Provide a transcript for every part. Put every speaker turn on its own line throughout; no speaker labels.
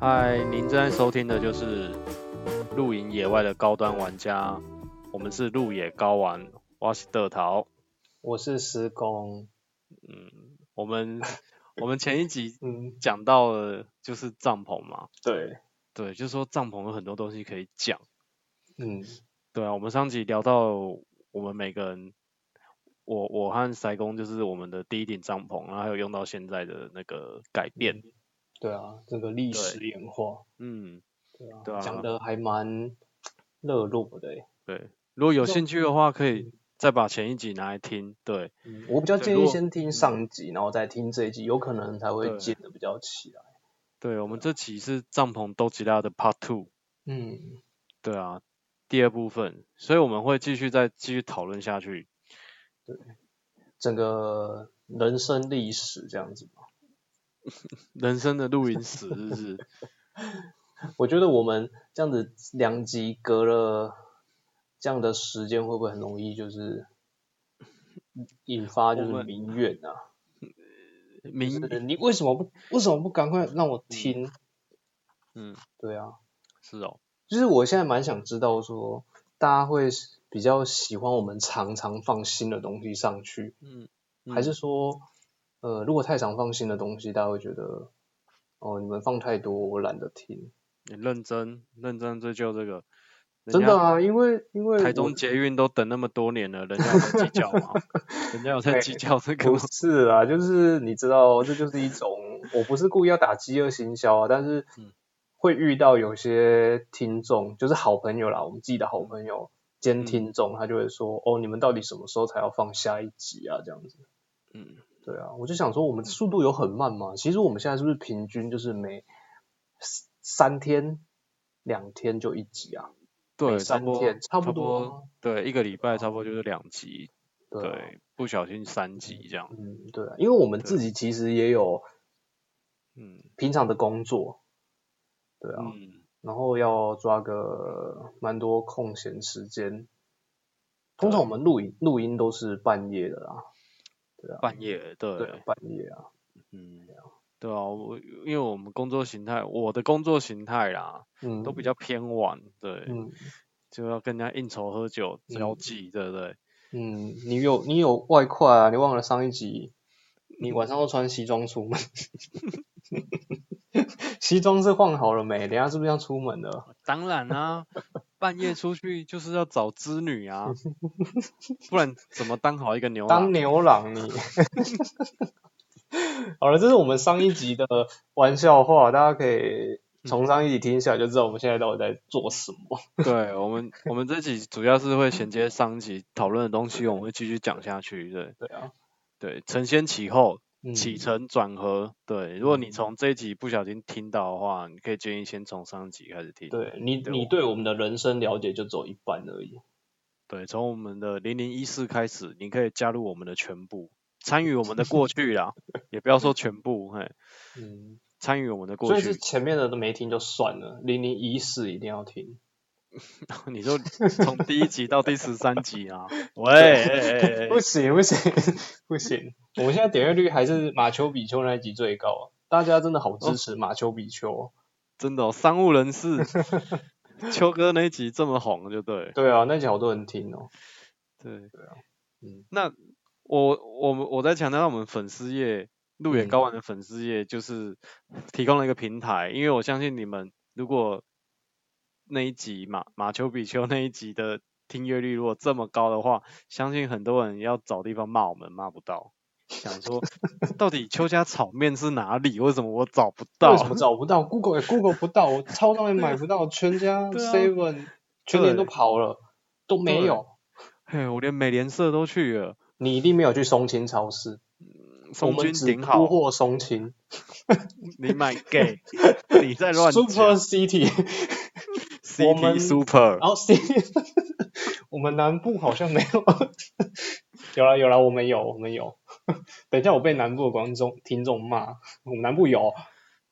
嗨，您正在收听的就是露营野外的高端玩家，我们是露野高玩，我是德桃。
我是施工，
嗯，我们 我们前一集
嗯，
讲到了就是帐篷嘛，
对，
对，就是说帐篷有很多东西可以讲。
嗯，
对啊，我们上集聊到我们每个人，我我和塞工就是我们的第一顶帐篷，然后还有用到现在的那个改变，
对啊，这个历史演化，
嗯，
对啊，
对啊
讲的还蛮热络的欸、
对。如果有
就
兴趣的话，可以再把前一集拿来听，对，
嗯，我比较
对
建
如
议
果
先听上集，然后再听这一集，有可能才会
对
接的比较起来。
对，我们这期是帐篷都吉拉的 Part Two，
嗯，
对啊，第二部分，所以我们会继续再继续讨论下去。
整个人生历史这样子嘛，
人生的露营史是不是？
我觉得我们这样子两集隔了这样的时间，会不会很容易就是引发就
我
是
们
民怨啊？
明
就是你为什么不为什么不赶快让我听？
嗯，
对啊，
是哦，
就是我现在蛮想知道说，大家会比较喜欢我们常常放新的东西上去，
嗯，
还是说，呃，如果太常放新的东西，大家会觉得，哦，你们放太多，我懒得听。
你认真认真追究这个，人
真
家
的啊，因为因为
台
我
中捷运都等那么多年了，人家有在计较吗？人家有在计较这个
哎不
吗？
是啊，就是你知道，这就是一种，我不是故意要打饥饿行销啊，但是
嗯
会遇到有些听众，就是好朋友啦，我们自己的好朋友
嗯
兼听众，他就会说，哦，你们到底什么时候才要放下一集啊？这样子。
嗯，
对啊，我就想说，我们速度有很慢吗？其实我们现在是不是平均就是每三三天、两天就一集啊？
对，
每
差
三
不多
天差
不
不多啊
对，一个礼拜差不多就是两集，
对啊
对，不小心三集这样，
嗯，对啊，因为我们自己其实也有
嗯
平常的工作，对啊，
嗯，
然后要抓个蛮多空闲时间。通
对啊
常我们录影录音都是半夜的啦，
半夜
啊对
对
啊，，半夜啊，
嗯，对啊，我因为我们工作形态，我的工作形态啦，
嗯，
都比欸较偏晚，对，
嗯
就要跟人家应酬喝酒交
嗯
际，对不对？
嗯，你有你有外快啊，你忘了上一集，你晚上都穿西装出门， 西装是换好了没？等一下是不是要出门了？
当然啊，半夜出去就是要找织女啊，不然怎么当好一个牛
当
郎
牛郎你。 好了，这是我们上一集的玩笑话，大家可
嗯
以从上一集听下来就知道我们现在到底在做什么。
对我们，我们这集主要是会衔接上一集讨论的东西，我们会继续讲下去。对
对啊，
对，承先启后，
嗯，
起承转合。对，如果你
嗯
从这一集不小心听到的话，你可以建议先从上一集开始听。
对你
对
你
我
对我们的人生了解就只有一半而已。
对，从我们的零零一四开始，你可以加入我们的全部，参与我们的过去啦，也不要说全部，嘿，
嗯，
参与我们的过
所以
去
是。前面的都没听就算了，零零一四一定要听。
你说从第一集到第十三集啊，喂，哎哎哎
不行不行 不行，我们现在点阅率还是马丘比丘那一集最高，啊大家真的好支持马丘比丘哦。
真的、哦，商务人士， 秋哥那一集这么红，就对了。
对啊，那一集好多人听哦。
对
对啊，嗯，
那我我们我在强调我们粉丝业路野
嗯
高玩的粉丝业就是提供了一个平台，因为我相信你们如果那一集马马丘比丘那一集的听阅率如果这么高的话，相信很多人要找地方骂我们骂不到，想说到底邱家炒面是哪里？为什么我找不到
为？什么找不到？Google 也 Google 不到，我超商也买不到，全家、
对啊
Seven 全年
对
都跑了，都没有。
嘿，我连美联社都去了，
你一定没有去松青超市，我
松
们
君
只
顶好
铺，货松青
你买 gay，你在乱讲
Super City，我们
CP Super
然。后 C，我们南部好像没有，有啦有啦，我们有我们有。等一下我被南部的观众听众骂，我们南部有，嗯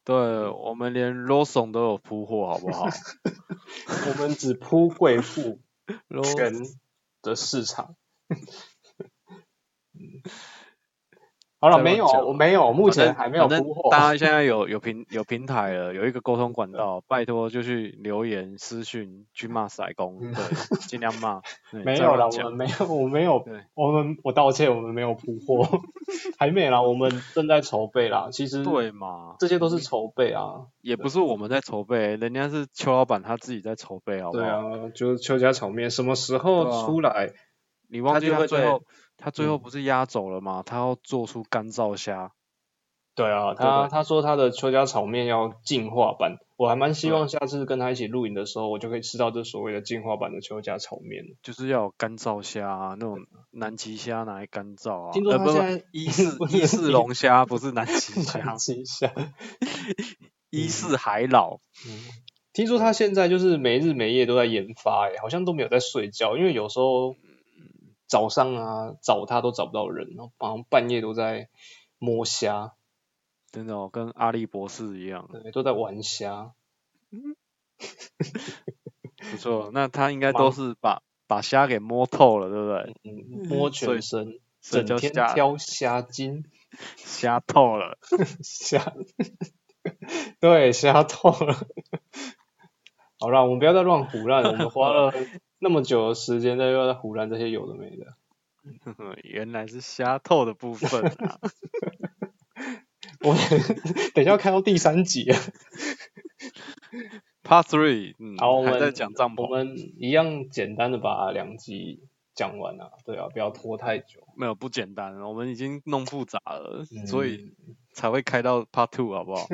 对我们连 Roson 都有铺货，好不 好
我们只铺贵妇
？Ros
全的市场。好了，
再
没
乱
有，
讲
我没有，目前还没有
反
铺
正
货。
大家现在有有平有平台了，有一个沟通管道，拜托就去留言私讯去骂甩工，
嗯
对，尽量 骂。对
没
再
有
乱
啦，我
讲
们没有，我没有
对，
我们我道歉，我们没有铺货， 还没啦，我们正在筹备啦。其实
对嘛，
这些都是筹备啊，
也不是我们在筹备，人家是邱老板他自己在筹备，好不
对
好？
啊，就是邱家炒面什么时
对
候
啊
出来？
你忘记
他就
他
会
最
在
后他最后
嗯
不是压走了吗？他要做出干燥虾，
对啊，
对
他
对
他说他的邱家炒面要进化版，我还蛮希
对
望下次跟他一起录影的时候，我就可以吃到这所谓的进化版的邱家炒面了。
就是要有干燥虾、啊、那种南极虾拿来干燥啊。
听说
呃
他
不不
现在
伊式
不是
伊式龙虾不是南极虾，
吃一 下。嗯
伊式海老。
听说他现在就是没日没夜都在研发、欸，好像都没有在睡觉，因为有时候早上啊找他都找不到人，然后好像半夜都在摸虾，
真的哦，跟阿笠博士一样，
对，都在玩虾。
不
嗯
错。那他应该
忙
都是把把虾给摸透了，对不对？
嗯，
所
摸全
以
身，
所以
整
叫
天
虾
挑虾筋，
虾透了。
虾，对，虾透了。好啦，我们不要再乱胡乱了，我们花了那么久的时间在又在胡乱这些有的没的。
原来是虾透的部分啊！
我等一下要看到第三集啊，
Part Three，嗯，
好我
还
们
在讲帐
我
篷，
们一样简单的把两集讲完啊，对啊，不要拖太久。
没有不简单，我们已经弄复杂了，所以
嗯
才会开到 Part Two，好不好？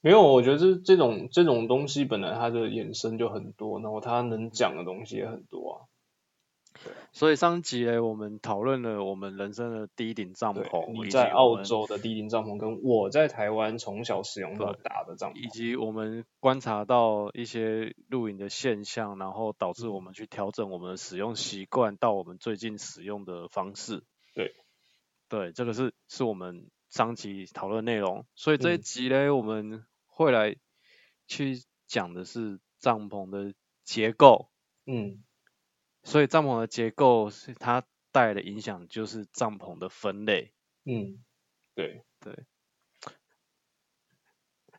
没有，我觉得这这种这种东西本来它的衍生就很多，然后它能讲的东西也很多
所以上集嘞，我们讨论了我们人生的第一顶
啊。
帐
对，
篷，以
你
及
在
我
澳
们，
洲的低龄帐篷，跟我在台湾从小使用到
对
大的帐
以
篷，
及我们观察到一些露营的现象，然后导致我
嗯
们去调整我们的使用习惯，到我们最近使用的方式。
对，
对，这个是是我们上集讨论内容。所以这一
嗯
集嘞，我们会来去讲的是帐篷的结构。
嗯，
所以帐篷的结构是它带来的影响，就是帐篷的分类。
嗯，对，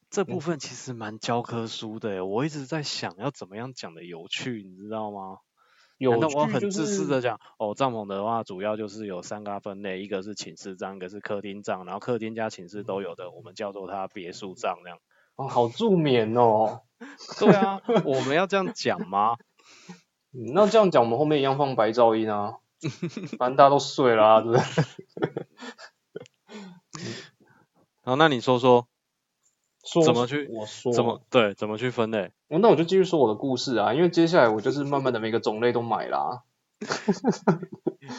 这
嗯
部分其实蛮教科书的耶，我一直在想要怎么样讲的有趣，你知道吗？
有
难道我要
趣
很
就
自
是
私的讲，哦，帐篷的话主要就是有三个分类，一个是寝室帐，一个是客厅帐，然后客厅加寝室都有的，我们叫做它别墅帐这样。
哦，好助眠哦。
对啊，我们要这样讲吗？
嗯那这样讲，我们后面一样放白噪 音啊，反正大家都睡啦、对不对？
然后那你说说
说
怎么去
我说
怎么对怎么去分类？
哦那我就继续说我的故事啊，因为接下来我就是慢慢的每个种类都买啦、啊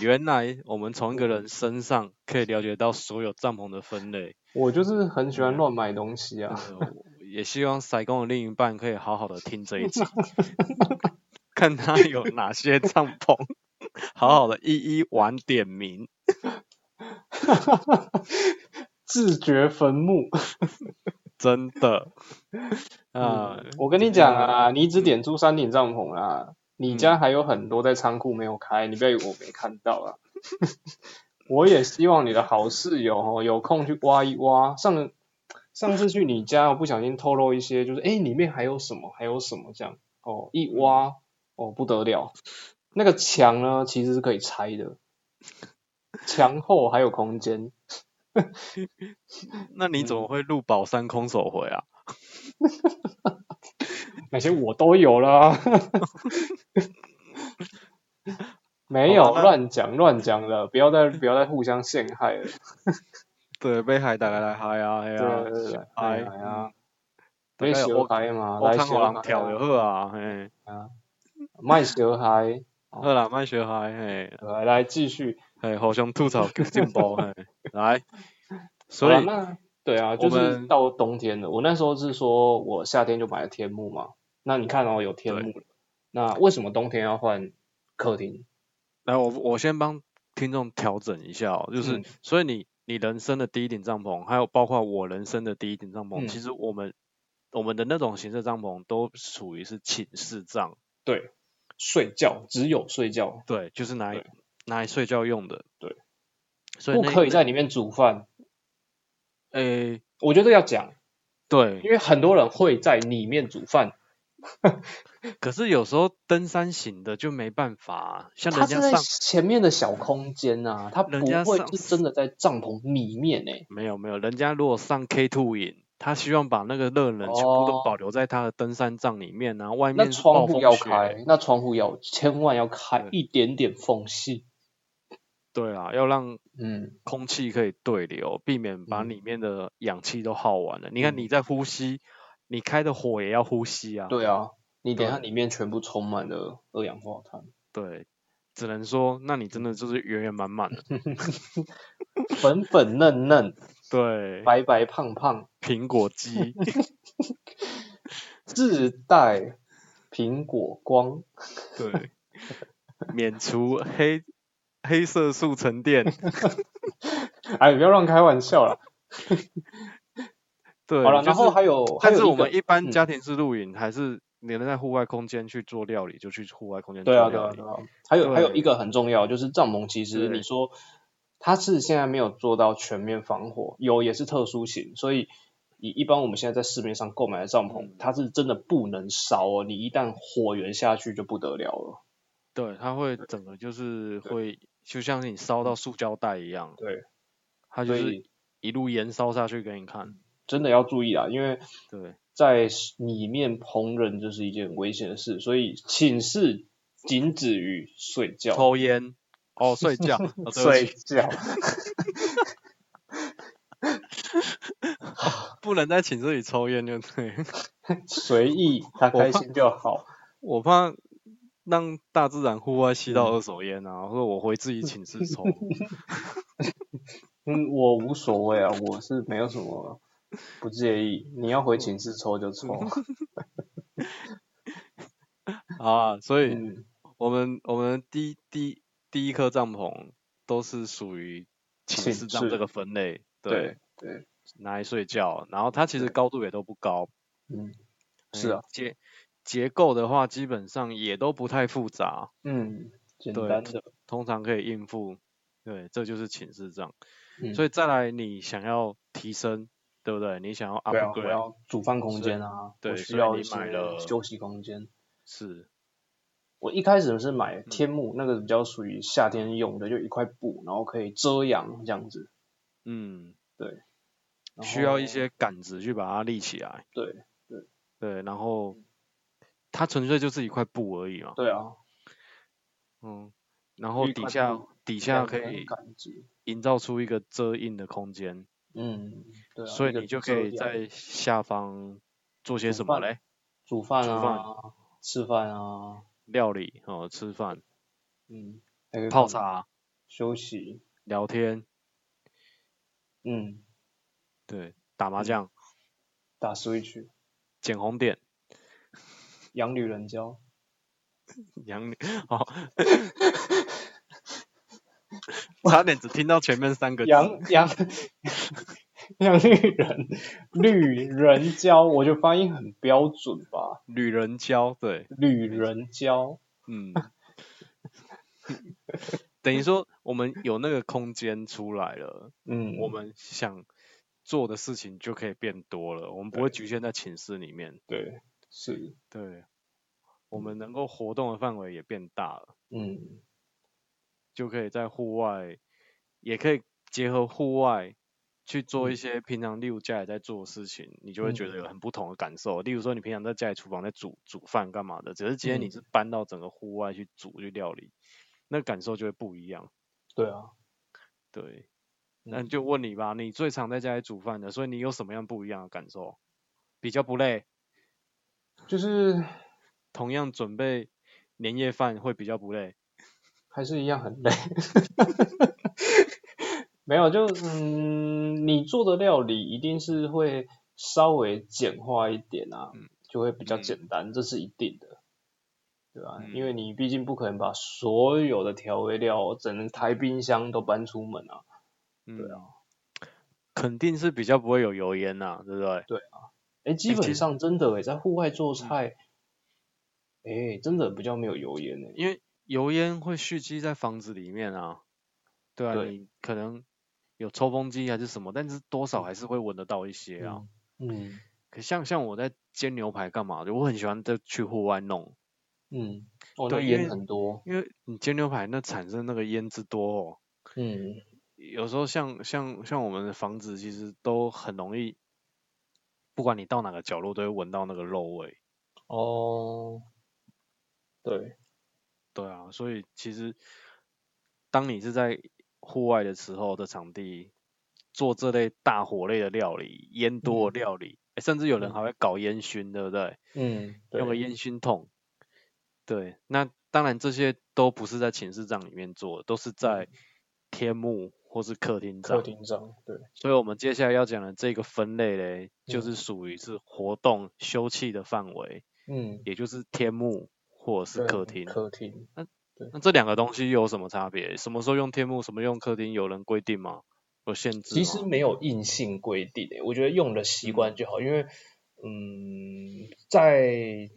原来我们从一个人身上可以了解到所有帐篷的分类。
我就是很喜欢乱买东西啊。
呃我也希望塞工的另一半可以好好的听这一集，看他有哪些帐篷，好好的一一晚点名。
自掘坟墓，
真的，啊、
嗯我跟你讲啊，你只点出三顶帐篷啦，你家还有很多在仓库没有开，你不要以为我没看到啊。 我也希望你的好室友哦，有空去挖一挖。上上次去你家，我不小心透露一些，就是哎，诶里面还有什么，还有什么这样哦，一挖哦不得了，那个墙呢其实是可以拆的，墙后还有空间。
那你怎么会录宝山空手回啊？
那些我都有啦。 没
好
有
吧那
乱讲乱讲了，不要再不要再互相陷害了。
对，被海打开来嗨啊嗨
对
啊
对，对对，
哎
哎呀，
大
被
概有
小
我
孩嘛，
我
来
看
小
我
孩
人跳就好
啊，
啊，嘿，
卖小孩，
好啦，卖学嗨，嘿，
来来继续。
嘿，互相吐槽求进步，嘿，来，所
好啦
以
那对啊，
我
就是
们
到冬天了。我那时候是说我夏天就买了天幕嘛，那你看哦，有天
对
幕了。那为什么冬天要换客厅？
来，我我先帮听众调整一下哦，就是、
嗯
所以你你人生的第一顶帐篷，还有包括我人生的第一顶帐篷，
嗯
其实我们我们的那种形式帐篷都属于是寝室帐，
对，睡觉只有睡觉。
对，就是拿来
对
拿来睡觉用的。
对。
所以
不
那
可以在里面煮饭。
诶、
我觉得要讲，
对，
因为很多人会在里面煮饭，
可是有时候登山型的就没办法啊、像
它
人
是
家
在
上
前面的小空间啊，它不
人家
会
上
是真的在帐篷里面欸诶、
没有没有，人家如果上 K two 营，他希望把那个热能全部
哦
都保留在他的登山杖里面啊，外
那
面是
窗
暴
户
风
要
雪欸
开，那窗户要千万要开
对
一点点缝隙。
对啊，要让
嗯，
空气可以对流，避免把
嗯
里面的氧气都耗完了。你看
嗯
你在呼吸，你开的火也要呼吸啊。
对啊，你等一下
对
里面全部充满了二氧化碳，
对只能说，那你真的就是圆圆满满的，
粉粉嫩嫩，
对，
白白胖胖，
苹果肌，
自带苹果光。
对，免除黑黑色素沉淀，
哎，不要乱开玩笑啦。
对。
好了，
就
然后
是
还有，还
但
有
是
一
我
个
们一般
嗯
家庭式露营还是你能在户外空间去做料理，就去户外空间做
对啊，
料理。
对啊，对啊。还有还有
对
一个很重要，就是帐篷，其实
对
你说它是现在没有做到全面防火，有也是特殊型，所以以一般我们现在在市面上购买的帐篷，
嗯
它是真的不能烧哦，你一旦火源下去就不得了了。
对，它会整个就是
对
会，就像你烧到塑胶袋一样，
对，
它就
所
是
以
一路延烧下去给你看。
真的要注意啊，因为
对，
在里面烹饪就是一件很危险的事，所以寝室仅止于睡觉。
抽烟，哦，睡 觉，哦、对不
睡
起
觉，
不能在寝室里抽烟就对。
随意，他
我
开心就好。
我怕让大自然户外吸到
嗯
二手烟啊，或者我回自己寝室 抽。
嗯，我无所谓啊，我是没有什么不介意。你要回寝室抽就抽。
好啊，所以
嗯，
我们我们第第第一颗帐篷都是属于寝
寝
室帐
室
这个分类，对，
对对，
拿来睡觉。然后它其实
对
高度也都不高，
嗯，
哎
是啊，
结结构的话基本上也都不太复杂，
嗯，简
对
单的，
通常可以应付。对，这就是寝室帐。
嗯，
所
以
以再来，你想要提升，对不对？你想要
对啊，我
upgrade，、
要煮饭空
所以
间啊，
对
我需
所以
要
你
一些
买了
休息空间。
是，
我一开始是买
嗯
天幕，那个比较属于夏天用的，就一块布，然后可以遮阳这样子。
嗯，
然
需要一
后
些杆子去把它立起来。
对嗯
对，然后它纯粹就是一块布而已嘛。
对啊，
嗯，然后
一
底
块
下
布
底
这
下
样
可
很
以
感激。
营造出一个遮阴的空间，
嗯，对啊，
所
一
以
个
你就
遮
可以
阳
在下方做些
煮
什么
饭
嘞？
煮饭
煮
啊，吃饭啊，
料理哦，吃饭、
嗯，还可以
泡
放
茶、
休息，
聊天，
嗯，
对，打麻
嗯
将、
打 Switch，
捡红点、
养女人胶，
养女， 哦，差点只听到前面三个字。
养养 养绿人，绿人胶，我觉得发音很标准吧，
女人胶，对，
绿人胶，
嗯，等于说我们有那个空间出来了，
嗯，
我们想做的事情就可以变多了，我们不会
对
局限在寝室里面，
对是，
对，我们能够活动的范围也变大了，
嗯，
就可以在户外，也可以结合户外去做
嗯
一些平常例如家里在做的事情，你就会觉得有很不同的感受。例如说你平常在家里厨房在煮煮饭干嘛的，只是今天你
嗯
是搬到整个户外去煮去料理，那感受就会不一样。
对啊，
对，那
嗯
就问你吧，你最常在家里煮饭的，所以你有什么样不一样的感受？比较不累，
就是
同样准备年夜饭会比较不累。
还是一样很累。 没有，就嗯，你做的料理一定是会稍微简化一点啊，
嗯
就会比较
嗯
简单，这是一定的，对吧、
嗯
因为你毕竟不可能把所有的调味料整台冰箱都搬出门啊，
嗯，
对
啊，肯定是比较不会有油烟呐、对不对？
哎，基
诶其
本
实嗯
上真的诶，在户外做菜，哎，真的比较没有油烟诶，
因为油烟会蓄积在房子里面啊。对啊，
对
你可能有抽风机还是什么，但是多少还是会闻得到一些啊。
嗯
可像像我在煎牛排干嘛的，我很喜欢在去户外弄，
嗯，哦，那
对因为
烟很多，
因为你煎牛排那产生那个烟之多哦，
嗯
有时候像像像我们的房子其实都很容易，不管你到哪个角落都会闻到那个肉味。
哦，对，
对啊，所以其实当你是在户外的时候的场地做这类大火类的料理，烟多的料理、诶甚至有人
嗯
还会搞烟熏，对不对？
嗯对
用个烟熏筒。对，那当然这些都不是在寝室帐里面做的，都是在天幕或是客厅
嗯客
帐。
厅上，对，
所以我们接下来要讲的这个分类嘞，就
嗯
是属于是活动休憩的范围，
嗯，
也就是天幕或者是
对
客厅。
客厅，
那这两个东西有什么差别？什么时候用天幕，什么用客厅，有人规定吗？有限制吗？
其实没有硬性规定欸诶，我觉得用的习惯就好，因为嗯，在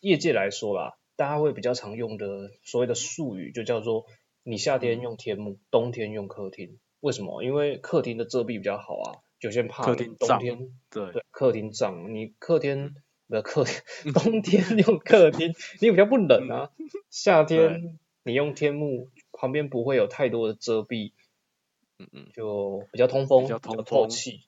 业界来说啦，大家会比较常用的所谓的术语就叫做你夏天用天幕，冬天用客厅。为什么？因为客厅的遮蔽比较好啊，有些人怕
客
冷
厅
冬
帐
天
对，
对客厅帐，你 客天不是客冬天用客厅，你比较不冷啊。
嗯
夏天你用天幕，旁边不会有太多的遮蔽，
嗯嗯，
就比较通风，
比较通
透
风
气。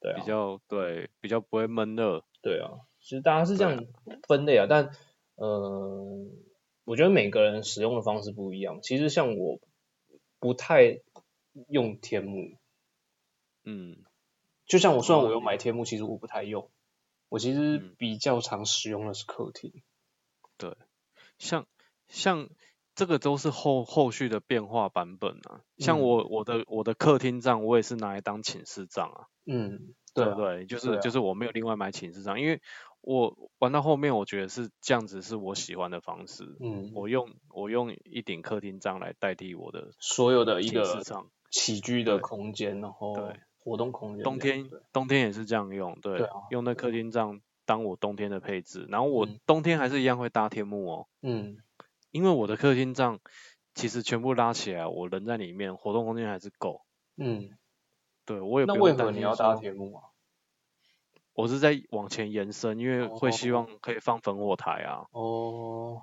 对啊
比，较对，比较不会闷热。
对啊，其实大家是这
对
样分类啊，但呃，我觉得每个人使用的方式不一样。其实像我不太用天幕，
嗯，
就像我虽然我有
哦
买天幕，其实我不太用，我其实
嗯
比较常使用的是客厅。
像像这个都是后后续的变化版本啊。像
嗯
我我的我的客厅帐，我也是拿来当寝室帐啊。
嗯，
对
啊
不对？就是、
对啊
就是我没有另外买寝室帐，因为我玩到后面，我觉得是这样子是我喜欢的方式。
嗯，
我用我用一顶客厅帐来代替我的
所有的一
寝室
个
帐，
起居的
对
空间，然后
对
活动空间这样，
冬天
对
冬天也是这样用，对，
对啊
用那客厅帐当我冬天的配置，然后我
嗯
冬天还是一样会搭天幕哦，
嗯
因为我的客厅帐其实全部拉起来，我人在里面，活动空间还是够。
嗯，
对，我也
那
不
为
用
何
担
你
心
要搭
说，
天幕啊？
我是在往前延伸，因为会希
哦
望可以放烽火台啊。
哦，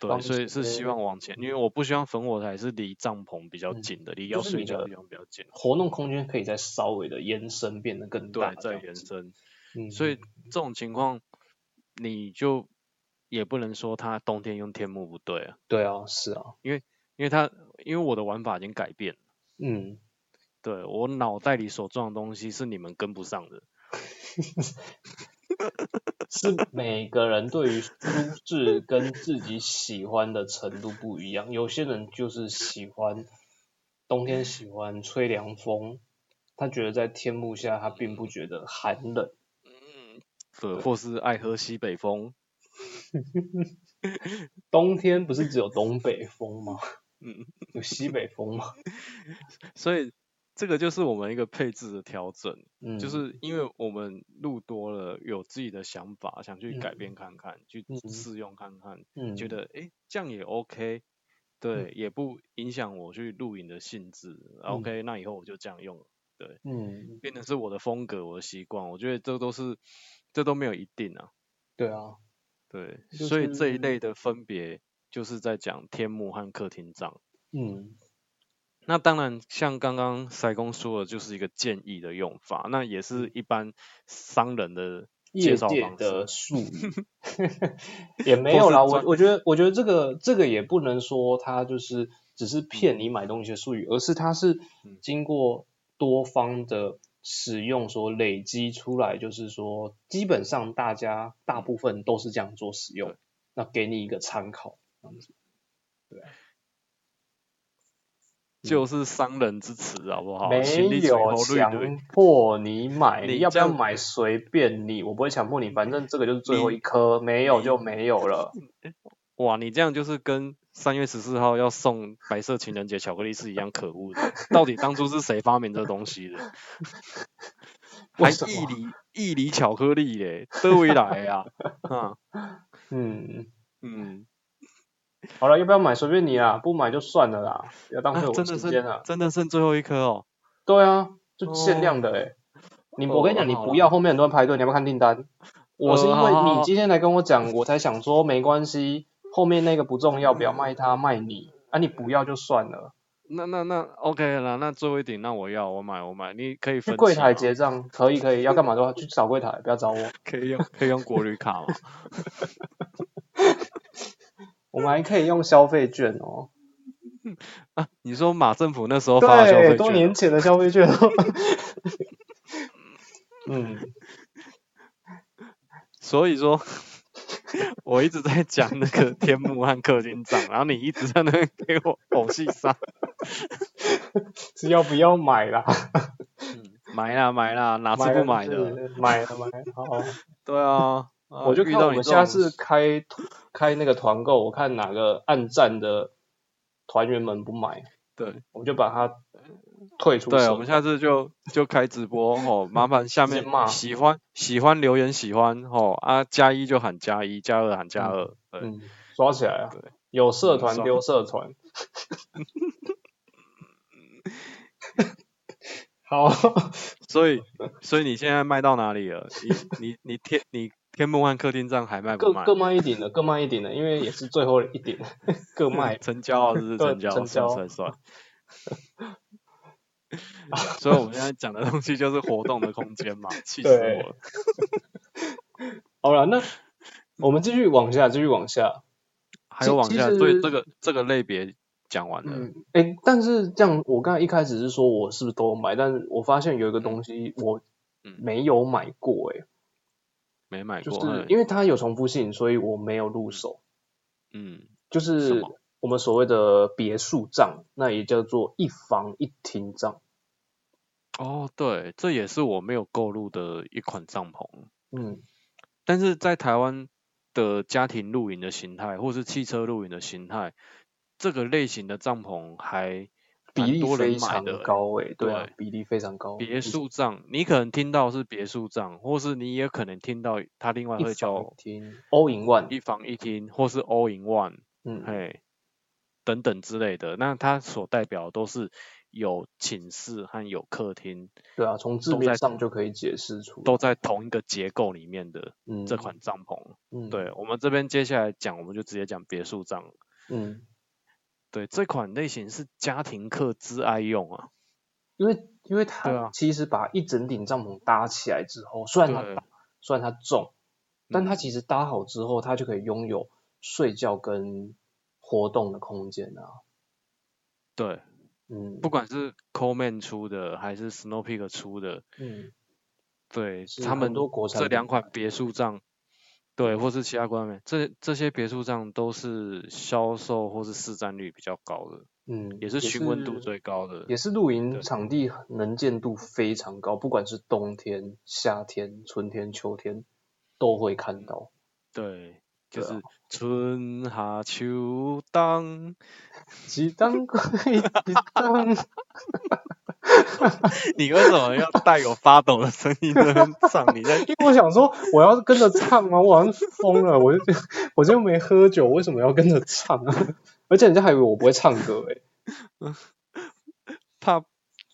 对，
放
所以是
些
希望往前，因为我不希望焚火台是离帐篷比较
嗯
近的，离
就
要
是
睡
你
觉
的
的地方比较近。
活动空间可以再稍微的延伸，变得更大
对，
这
在
样
延
子，
伸，
嗯，
所以这种情况你就也不能说它冬天用天幕不对啊，
对啊，是啊，
因为它因为我的玩法已经改变了，
嗯，
对我脑袋里所装的东西是你们跟不上的。
是每个人对于舒适跟自己喜欢的程度不一样，有些人就是喜欢冬天喜欢吹凉风，他觉得在天幕下他并不觉得寒冷，
嗯，对，或是爱喝西北风，
冬天不是只有东北风吗？
嗯，
有西北风 吗？
所以这个就是我们一个配置的调整。
嗯，
就是因为我们录多了，有自己的想法，想去改变看看，去
嗯
试用看看，
嗯
觉得诶这样也 OK，对，也不影响我去录影的性质、啊 OK，那以后我就这样用了，
嗯，
变成是我的风格，我的习惯，我觉得这都是这都没有一定啊，
对啊，
对，
就
所以这一
是
类的分别就是在讲天幕和客厅帐。
嗯
那当然，像刚刚塞工说的，就是一个建议的用法，那也是一般商人的
业
介绍
界
方式。
的术 语 也没
或
有
是
啦，我
专
我觉得我觉得这个这个也不能说它就是只是骗你买东西的术语，而是它是
嗯
经过多方的使用所累积出来，就是说基本上大家大部分都是这样做使用
对，
那给你一个参考，这样子
就是商人之词，好不好？哦行
没
李水
有
猴瑞瑞
强迫你买，
你
你要不要
这样
买随便你，我不会强迫你，反正这个就是最后一颗，没有就没有了。
哇，你这样就是跟三月十四号要送白色情人节巧克力是一样可恶的。到底当初是谁发明这东西的？
为
还
什么啊
义理义理巧克 力嘞，得回来呀、啊？
嗯，
嗯，
好了，要不要买随便你啦，不买就算了啦，不要浪费
啊
我
真的
时间啦
剩。真的剩最后一颗哦。
对啊，就限量的哎、你我跟你讲，
哦
你
好
不
啦
要后面很多人排队，你要不要看订单？我是因
好好
为
好
你今天来跟我讲，我才想说没关系，后面那个不重要，不要卖它，卖你啊，你不要就算了，
那那那 OK 啦，那最后一顶那我要，我买我买，你可以分
去柜
期啊
台
吗
结账可以可以，要干嘛都要去找柜台，不要找我，
可以用可以用国旅卡吗？
我们还可以用消费券哦，
啊，你说马政府那时候发的消
对，
费
多
券
年前的消费券哦， 嗯，
所以说，我一直在讲那个天幕和氪金账，然后你一直在那边给 我口气杀，
是要不要买啦？
嗯买啦买啦，哪次不买
了
的？
是买了买了，好。
对啊，啊
我就
遇
看
到
我
你
们
这
下
种
次开开那个团购，我看哪个暗战的团员们不买，
对
我们就把它退出社
对，啊
团。
我们下次就就开直播哦，麻烦下
直接
面
骂
喜欢喜欢留言喜欢哦啊加一就喊加一，加二喊加二，对，
嗯抓起来啊
对！
有社团
嗯抓
丢社 团。 好，
所以所以你现在卖到哪里了？你你你天你天幕和氪金账还卖不
各
卖。
各？卖一顶的，各卖一顶的，因为也是最后一顶， 各卖
成交啊了是不是
对
成交了，
成
算
交
算算。所以我们现在讲的东西就是活动的空间嘛，气死
对
我了。
好了，那我们继续往下，继续往下。
还有往
其
下，
实
所以这个这个类别讲完了。
嗯，哎、但是这样，我刚才一开始是说我是不是都有买，但是我发现有一个东西我
嗯
没有买过、诶
没买
哎，就
过，
是
嗯
因为它有重复性，所以我没有入手。
嗯，
就
什
是
么
我们所谓的别墅账，那也叫做一房一厅账。
哦，对，这也是我没有购入的一款帐篷，
嗯，
但是在台湾的家庭露营的形态，或是汽车露营的形态，这个类型的帐篷还
比
蛮
例
多人
非
买
常
的欸、
高、诶，哎，对啊
对，
比例非常高。
别墅帐，你可能听到是别墅帐，或是你也可能听到他另外
一
会
房一
叫
厅，all in one。
一房一厅，或是 all in one，
嗯，
嘿，等等之类的。那它所代表的都是有寝室和有客厅，
对啊，从字
都在
面上就可以解释出
都在同一个结构里面的这款帐篷。
嗯，嗯，
对我们这边接下来讲，我们就直接讲别墅帐。
嗯，
对，这款类型是家庭客之爱用啊。
因为因为
对啊
它其实把一整顶帐篷搭起来之后，虽然它
对
大，虽然它重，但它
嗯
其实搭好之后，它就可以拥有睡觉跟活动的空间啊。
对，
嗯，
不管是 Coleman 出的还是 Snow Peak 出的，
嗯，
对
是
他
很
们
多国产
这两
品
款别墅帐，对，或是其他官媒，这这些别墅帐都是销售或是市占率比较高的，
嗯，
也是询问度最高的。
也是露营
对
场地能见度非常高，不管是冬天、夏天、春天、秋天都会看到。
对，就
对啊
是春夏秋冬，
几当 归，几当，
你为什么要带有发抖的声音在那边唱？你在
因为我想说我要跟着唱啊吗？我好像疯了，我就我就没喝酒，为什么要跟着唱啊？ 而且人家还以为我不会唱歌欸诶、
怕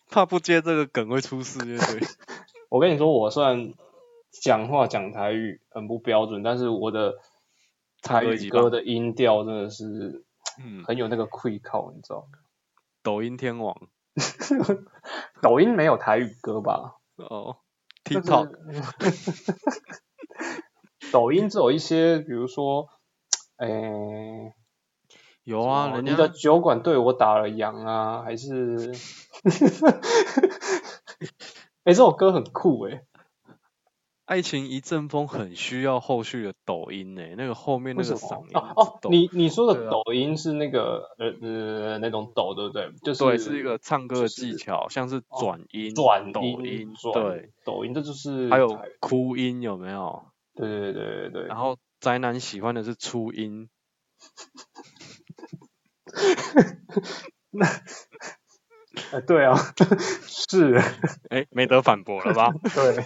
怕不接这个梗会出事，对不对？
我跟你说，我虽然讲话讲台语很不标准，但是我的
唱
台
歌
语
几
歌
棒
的音调真的是
嗯，
很有那个愧靠，你知道吗？
抖音天王
抖音没有台语歌吧
哦
但是
，TikTok
抖音只有一些，比如说，诶、
有啊，
什么
人
你的
家
酒馆对我打了烊啊，还是， 哎、这首歌很酷哎诶、
爱情一阵风很需要后续的抖音呢、那个后面那
为什
个
么
嗓？音
哦哦
抖，
你你说
对
的
啊
抖音是那个呃呃那种抖，对不对？就是
对，是一个唱歌
就
的
是
技巧，像是
哦
转音、
转
抖
音
音，
转
对，
抖音，这就是
还有啊
台
哭音有没有？
对对对对对
然后宅男喜欢的是初音，
呃对啊， 是，
哎，没得反 驳了吧？
对，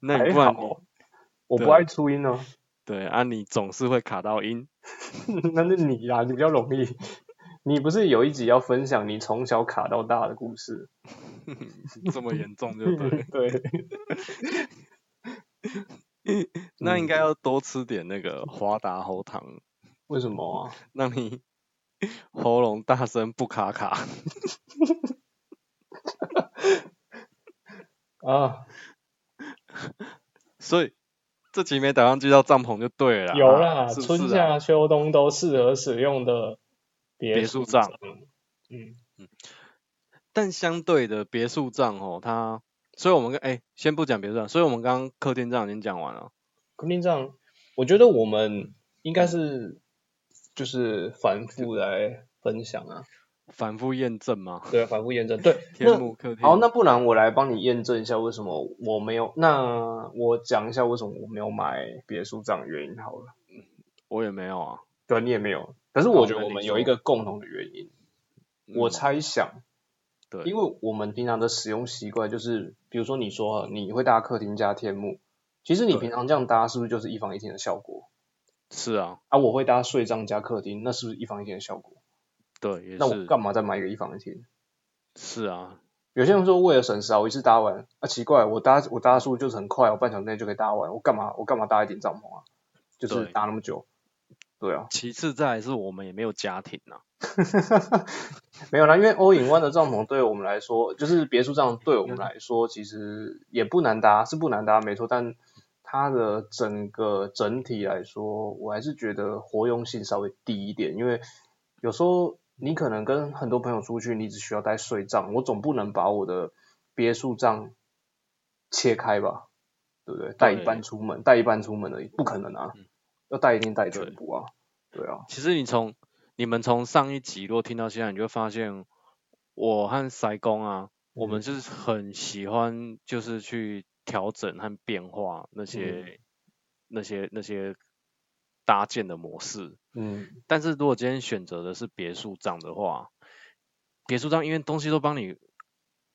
那
还
你不然
好
你
我不
对
爱初音哦，
对啊，你总是会卡到音，
那是你啦，你比较容易。你不是有一集要分享你从小卡到大的故事？
这么严重就对 了。
对，
那应该要多吃点那个华达喉糖，
为什么啊？
让你 喉咙大声不卡卡。
啊，
所以这集没打算去到帐篷就对了啦。
有啦，
啊是不
春
是啊
夏秋冬都适合使用的别
别
墅
墅帐。
嗯，
但相对的别墅帐哦，它，所以我们跟哎、先不讲别墅帐，所以我们刚刚客厅帐已经讲完了。
肯定这样。我觉得我们应该是就是反复来分享啊，
反复验证吗？
对啊，反复验证。对，
天
那
幕客厅。
好，那不然我来帮你验证一下为什么我没有。那我讲一下为什么我没有买别墅这样的原因好了。
我也没有啊。
对，你也没有。可是
好
我觉
那
得我
你
们
说
有一个共同的原因，我
嗯
猜想，
对
因为我们平常的使用习惯就是，比如说你说啊你会搭客厅加天幕，其实你
对
平常这样搭是不是就是一房一厅的效果？
是啊，
啊，我会搭睡帐加客厅，那是不是一房一厅的效果？
对，也
那我
是
干嘛再买一个一房一厅？
是啊，
有些人说为了省时啊，我一次搭完啊，奇怪，我搭我搭的速度就是很快，我半小时内就可以搭完，我干嘛我干嘛搭一顶帐篷啊？就是
对
搭那么久，对啊，
其次再来是我们也没有家庭啊，
没有啦，因为欧影湾的帐篷对我们来说，就是别墅帐篷对我们来说，其实也不难搭，是不难搭没错，但它的整个整体来说，我还是觉得活用性稍微低一点，因为有时候你可能跟很多朋友出去，你只需要带睡帐，我总不能把我的别墅帐切开吧，对不对？带一半出门，带一半出门而已，不可能啊，要带一定带全部啊，对啊，
其实你从你们从上一集如果听到现在，你就会发现我和塞工啊，我
嗯
们就是很喜欢就是去调整和变化那
嗯
些、那些那些搭建的模式。
嗯，
但是如果今天选择的是别墅帐的话，别墅帐因为东西都帮你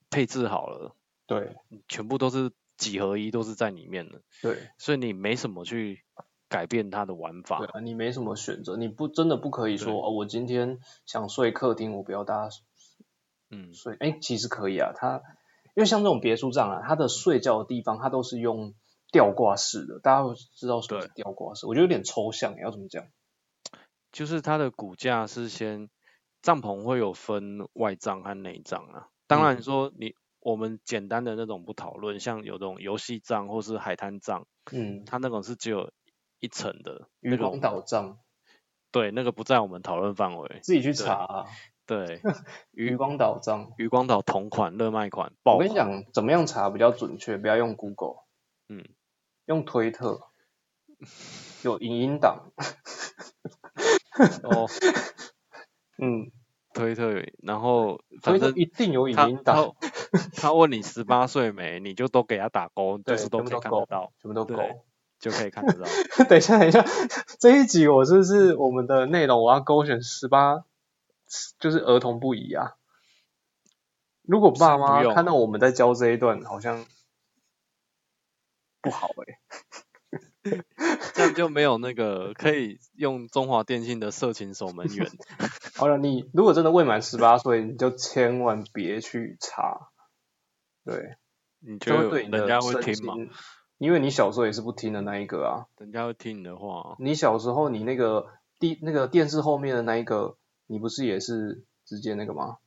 配置好了，
对
全部都是几合一，都是在里面的，
对。
所以你没什么去改变它的玩
对
法。
啊，你没什么选择，你不真的不可以说，哦，我今天想睡客厅，我不要搭
嗯，
睡。哎，其实可以啊，它因为像这种别墅帐啊，它的睡觉的地方它都是用吊挂式的，大家会知道什么是吊挂式？我觉得有点抽象，欸要怎么讲？
就是它的骨架是先帐篷会有分外帐和内帐啊。当
嗯
然说你、我们简单的那种不讨论，像有这种游戏帐或是海滩帐，
嗯，
它那种是只有一层的，
渔
那个我
光
们
岛帐
对那个不在我们讨论范围。
自己去查、啊，
对，
渔
渔
光岛帐。
渔光岛同款热卖款爆
我跟你
款，
讲，怎么样查比较准确？不要用 Google，
嗯，
用 推特，有影音档，
哦，
嗯，
推特有，然 后
推
反
特
正
一定有影
他
音档
他。他问你十八岁没，你就都给他打勾，就
对
是都
全部
可以
都
看
勾
得到，
全部都
对
狗。
就可以看得到。
等一下，等一下，这一集我是不是我们的内容我要勾选十八，就是儿童不宜啊？如果爸
是不
妈
用
看到我们在教这一段，好像不好哎、
这样就没有那个可以用中华电信的色情守门 员。
好了，你如果真的未满十八岁，你就千万别去查，对，
你觉得
这会对你
人
的
家会
身
听吗？
心，因为你小时候也是不听的那一个啊。
人家会听你的话，
你小时候你那个第那个电视后面的那一个，你不是也是直接那个吗？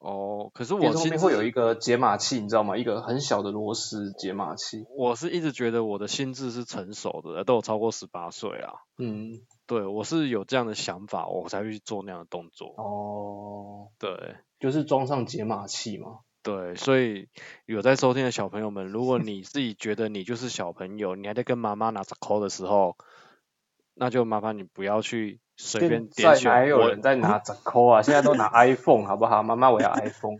哦。可是
电
我
视后
其
面
实
会有一个解码器，你知道吗？一个很小的螺丝解码器。
我是一直觉得我的心智是成熟的，都有超过十八岁啊。
嗯，
对，我是有这样的想法，我才会去做那样的动作。
哦，
对
就是装上解码器嘛。
对，所以有在收听的小朋友们，如果你自己觉得你就是小朋友，你还在跟妈妈拿着抠的时候，那就麻烦你不要去随便点
现在
选
哪有
我
人 在拿折扣啊？现在都拿 iPhone 好不好？妈妈，我要 iPhone。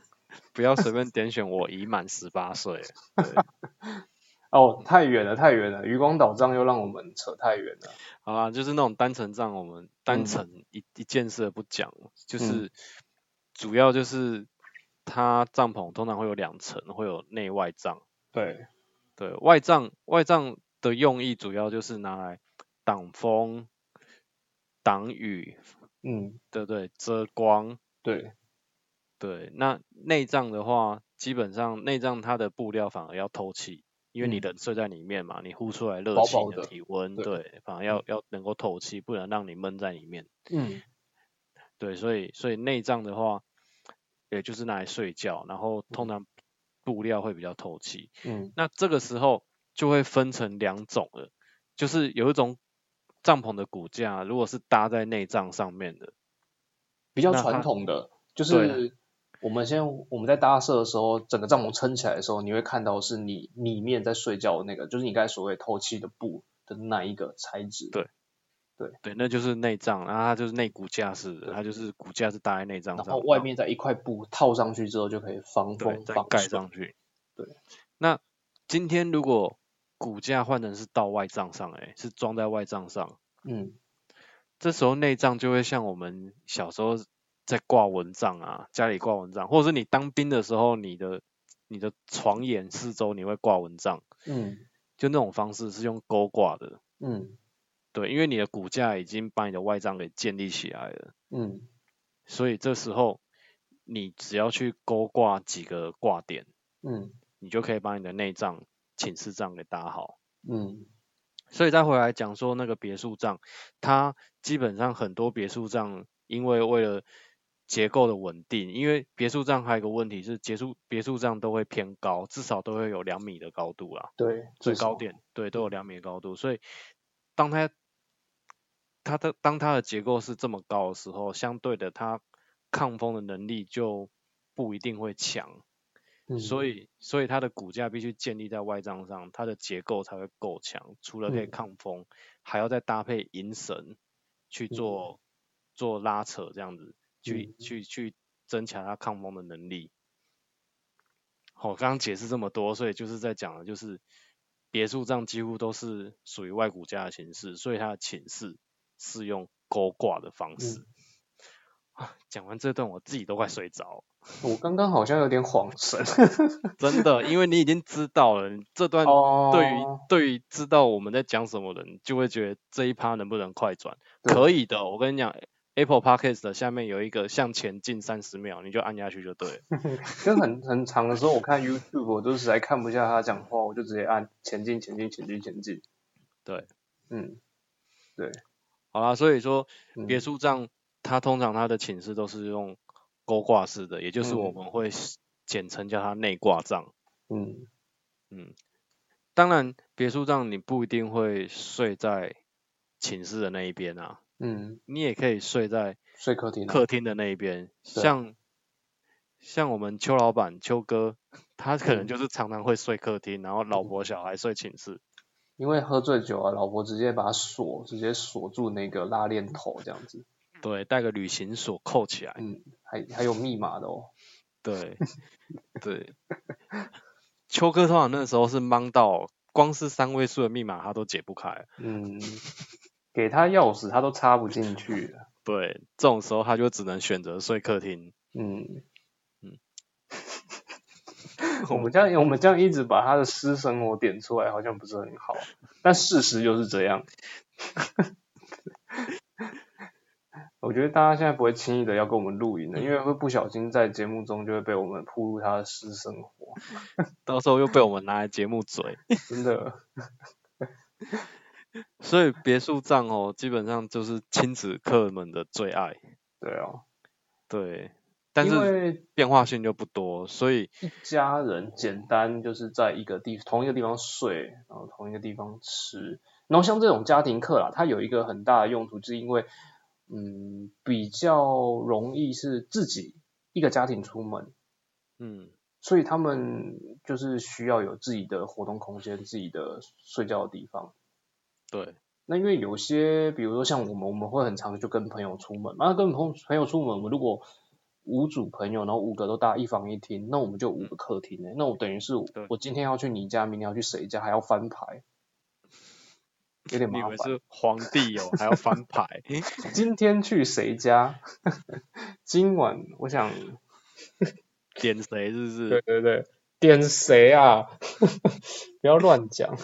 不要随便点选我已满十八岁。
哦，太远了，太远了。渔光岛上又让我们扯太远了。
好啦，就是那种单层账，我们
嗯
单层一、一件事不讲，就
嗯
是主要就是它帐篷通常会有两层，会有内外帐。
对，
对外帐，外帐的用意主要就是拿来挡风、挡雨，
嗯，
对不对？遮光，
对，
对。那内脏的话，基本上内脏它的布料反而要透气，因为你
嗯
人睡在里面嘛，你呼出来热
薄
气
薄
的
的
体温，
对
对，反而要要能够透气，不然让你闷在里面。
嗯
对，所以所以内脏的话，也就是拿来睡觉，然后通常布料会比较透气。
嗯
那这个时候就会分成两种了，就是有一种帐篷的骨架，如果是搭在内帐上面的，
比较
那它
传统的，就
对啊
是我们先我们在搭设的时候，整个帐篷撑起来的时候，你会看到是你里面在睡觉的那个，就是你刚才所谓透气的布的那一个材质。
对对，那就是内帐，然后它就是内骨架式的，它就是骨架是搭在内帐
然
上，
后外面再一块布套上去之后，就可以防
对
风
再
防
盖
水。
上去。
对，
那今天如果骨架换成是到外帐上、欸，是装在外帐上，
嗯
这时候内帐就会像我们小时候在挂蚊帐啊，家里挂蚊帐，或者是你当兵的时候，你的你的床沿四周你会挂蚊帐，
嗯
就那种方式是用钩挂的。
嗯
对，因为你的骨架已经把你的外帐给建立起来了，
嗯
所以这时候你只要去勾挂几个挂点，
嗯
你就可以把你的内帐、寝室帐给搭好。
嗯
所以再回来讲说那个别墅帐，它基本上很多别墅帐，因为为了结构的稳定，因为别墅帐还有一个问题是，结束别墅帐都会偏高，至少都会有两米的高度啦，
对，
最
至少
高点对都有两米的高度，所以当它它的当它的结构是这么高的时候，相对的它抗风的能力就不一定会强，
嗯
所以，所以它的骨架必须建立在外帐上，它的结构才会够强。除了可以
嗯
抗风，还要再搭配银绳去
嗯
做、做拉扯，这样子去、
嗯
去去增强它抗风的能力。好、刚刚解释这么多，所以就是在讲的就是别墅帐几乎都是属于外骨架的形式，所以它的寝室是用勾挂的方式。
嗯
啊，讲完这段我自己都快睡着了。
我刚刚好像有点恍 神。
真的，因为你已经知道了，你这段
哦，
对于、对于知道我们在讲什么的人，就会觉得这一趴能不能快转？
对
可以的，我跟你讲，Apple Podcast 的下面有一个向前进三十秒，你就按下去就 对了。
跟很 很长的时候，我看 YouTube，我都实在看不下他讲话，我就直接按前进、前进、前进、前进。
对，
嗯，
好啦，所以说
嗯
别墅帐它通常它的寝室都是用勾挂式的，也就是我
嗯
们会简称叫它内挂帐。
嗯
当然，别墅帐你不一定会睡在寝室的那一边啊，
嗯，
你也可以睡在
睡客厅啊，
客厅的那一边，
对
像像我们邱老板邱哥，他可能
嗯
就是常常会睡客厅，然后老婆小孩睡寝室。
因为喝醉酒啊，老婆直接把他锁，直接锁住那个拉链头这样子。
对，带个旅行锁扣起来。
嗯，还还有密码的哦。
对对，邱哥通常那时候是忙到光是三位数的密码他都解不开。
嗯，给他钥匙他都插不进去了。
对，这种时候他就只能选择睡客厅。
嗯
嗯
嗯，我们这样我们这样一直把他的私生活点出来，好像不是很好，但事实就是这样。 我觉得大家现在不会轻易的要跟我们录影的，因为会不小心在节目中就会被我们铺入他的私生活，
到时候又被我们拿来节目嘴。
真的。
所以别墅帐哦，基本上就是亲子客们的最爱。
对啊，
对，但
因
是
为
变化性就不多，所以
一家人简单就是在一个地同一个地方睡，然后同一个地方吃。然后像这种家庭课啦，它有一个很大的用途，就是因为嗯比较容易是自己一个家庭出门，
嗯，
所以他们就是需要有自己的活动空间、自己的睡觉的地方。
对，
那因为有些，比如说像我们，我们会很常就跟朋友出门，那、跟朋朋友出门，我们如果五组朋友，然后五个都搭一房一厅，那我们就五个客厅呢、欸那我等于是
对
我今天要去你家，明天要去谁家，还要翻牌，有点
你以
麻
为
烦。
是皇帝哦，还要翻牌，
今天去谁家？ 今晚我想，
点谁是不
对
是？
对对， 点谁啊？不要乱讲。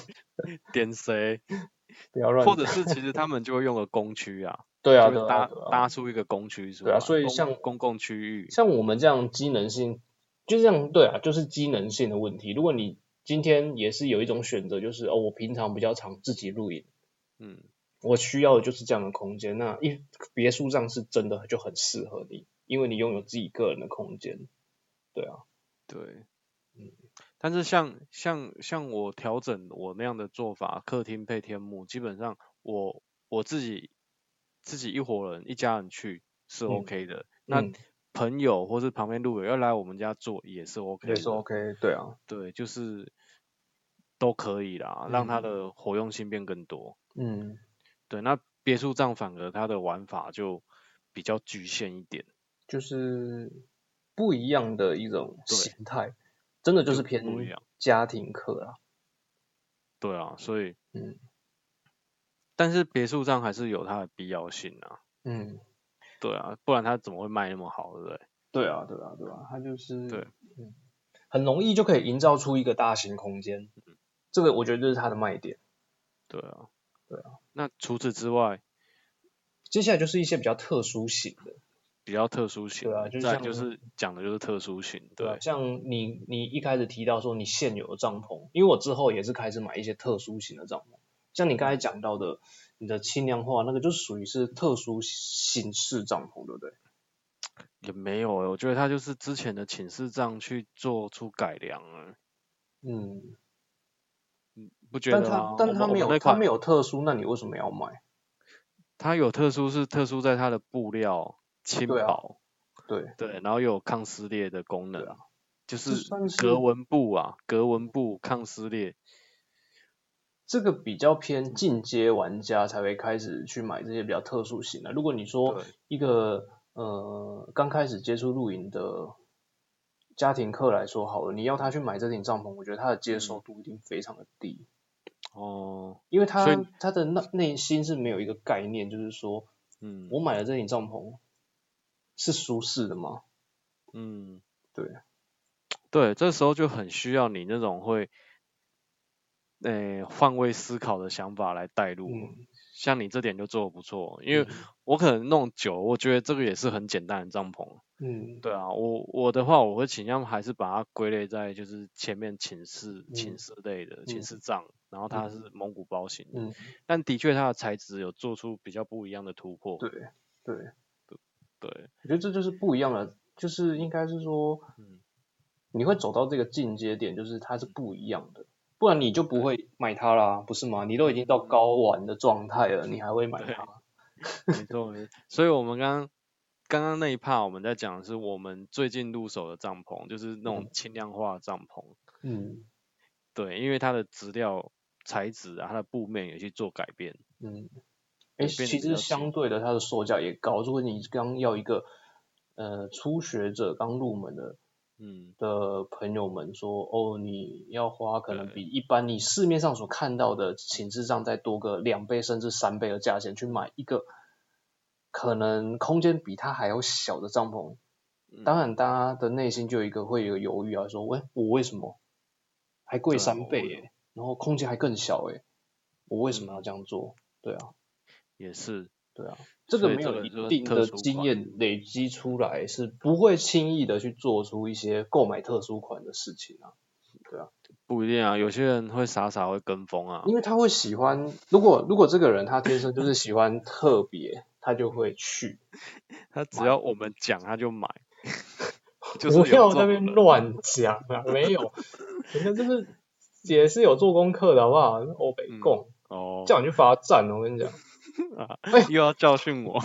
点谁？
不要乱
或者是其实他们就会用个公区啊，
对啊，
就
对
会
啊，
搭
对啊，
搭出一个公区出来，
对啊所以
公
像
公共区域，
像我们这样机能性，就这样对啊，就是机能性的问题。如果你今天也是有一种选择，就是哦，我平常比较常自己露营，
嗯，
我需要的就是这样的空间。那一别墅上是真的就很适合你，因为你拥有自己个人的空间。对啊，
对
嗯。
但是像像像我调整我那样的做法，客厅配天幕，基本上我我自己自己一伙人一家人去是
嗯
OK 的，那
嗯
朋友或是旁边路友要来我们家做也是 OK 的，
也是 OK，对啊，
对，就是都可以啦，让它
嗯
的活用性变更多。
嗯，
对，那别墅帐反而它的玩法就比较局限一点，
就是不一样的一种
对
形态，真的就是
就
偏
不一样
家庭课啊。
对啊，所以，
嗯，
但是别墅帐还是有它的必要性啊，
嗯，
对啊，不然它怎么会卖那么好，对不对？
对啊，对啊，对啊，它就是
对，
嗯，很容易就可以营造出一个大型空间，
嗯
这个我觉得就是它的卖点。
对啊，
对
啊。那除此之外，
接下来就是一些比较特殊型的，
比较特殊型
对
的，
啊就
再来
像啊
就是讲的就是特殊型，
吧
对，
像你你一开始提到说你现有的帐篷，因为我之后也是开始买一些特殊型的帐篷，像你刚才讲到的，你的轻量化那个就属于是特殊形式帐篷，对不对？
也没有欸、我觉得它就是之前的寝室帐去做出改良啊，
嗯，
不觉
但
得
它
吗？
但
我
它
们
没
我们那
有它
款
没有特殊，那你为什么要买？
它有特殊是特殊在它的布料轻
对啊
薄，
对
对，然后有抗撕裂的功能，
对啊
就是
这算是
格纹布啊，格纹布抗撕裂，
这个比较偏进阶玩家才会开始去买这些比较特殊型的。如果你说
对
一个呃刚开始接触露营的家庭客来说好了，你要他去买这顶帐篷，我觉得他的接
嗯
受度一定非常的低，
哦，
因为他
所以
他的内内心是没有一个概念，就是说
嗯
我买了这顶帐篷是舒适的吗？
嗯，
对，
对，这时候就很需要你那种会，诶、换位思考的想法来带入，
嗯，
像你这点就做的不错，因为
嗯
我可能弄久，我觉得这个也是很简单的帐篷，
嗯
对啊，我我的话，我会倾向还是把它归类在就是前面寝室、
嗯
寝室类的寝
嗯
室帐，然后它是蒙古包型的，
嗯，
但的确它的材质有做出比较不一样的突破。
对对，
对，
我觉得这就是不一样的，就是应该是说，
嗯
你会走到这个进阶点，就是它是不一样的，不然你就不会买它啦，不是吗？你都已经
嗯
到高玩的状态了，你还会买它？
没错。没错所以我们刚刚刚刚那一 part 我们在讲的是我们最近入手的帐篷，就是那种
嗯
轻量化的帐篷。
嗯
对，因为它的质料、材质啊，它的布面也去做改变。
嗯，哎、
对变得
其
比较
实相对的，它的售价也高。如果你刚要一个呃初学者刚入门的
嗯，
的朋友们说，哦，你要花可能
对
比一般你市面上所看到的寝室上再多个两倍甚至三倍的价钱去买一个可能空间比它还要小的帐篷，
嗯
当然大家的内心就有一个会有犹豫啊，说，喂，我为什么还贵
对啊
三
我嗯
倍
为
耶、然后空间还更小耶、我为什么要这样做？对啊，
也是。
对啊，这
所
个
以
没
这
有
个
一
就是
定
特
的
殊
经
款
验累积出来，是不会轻易的去做出一些购买特殊款的事情啊。
不一定啊，有些人会傻傻会跟风啊，
因为他会喜欢，如果如果这个人他天生就是喜欢特别，他就会去。
他只要我们讲他 就买，就是
不
有
要
这
在那
种
边
人
乱讲啊，没有，人家就是也是有做功课的好不好？欧北共、
哦，
叫你去罚站，我跟你讲，
又要教训我，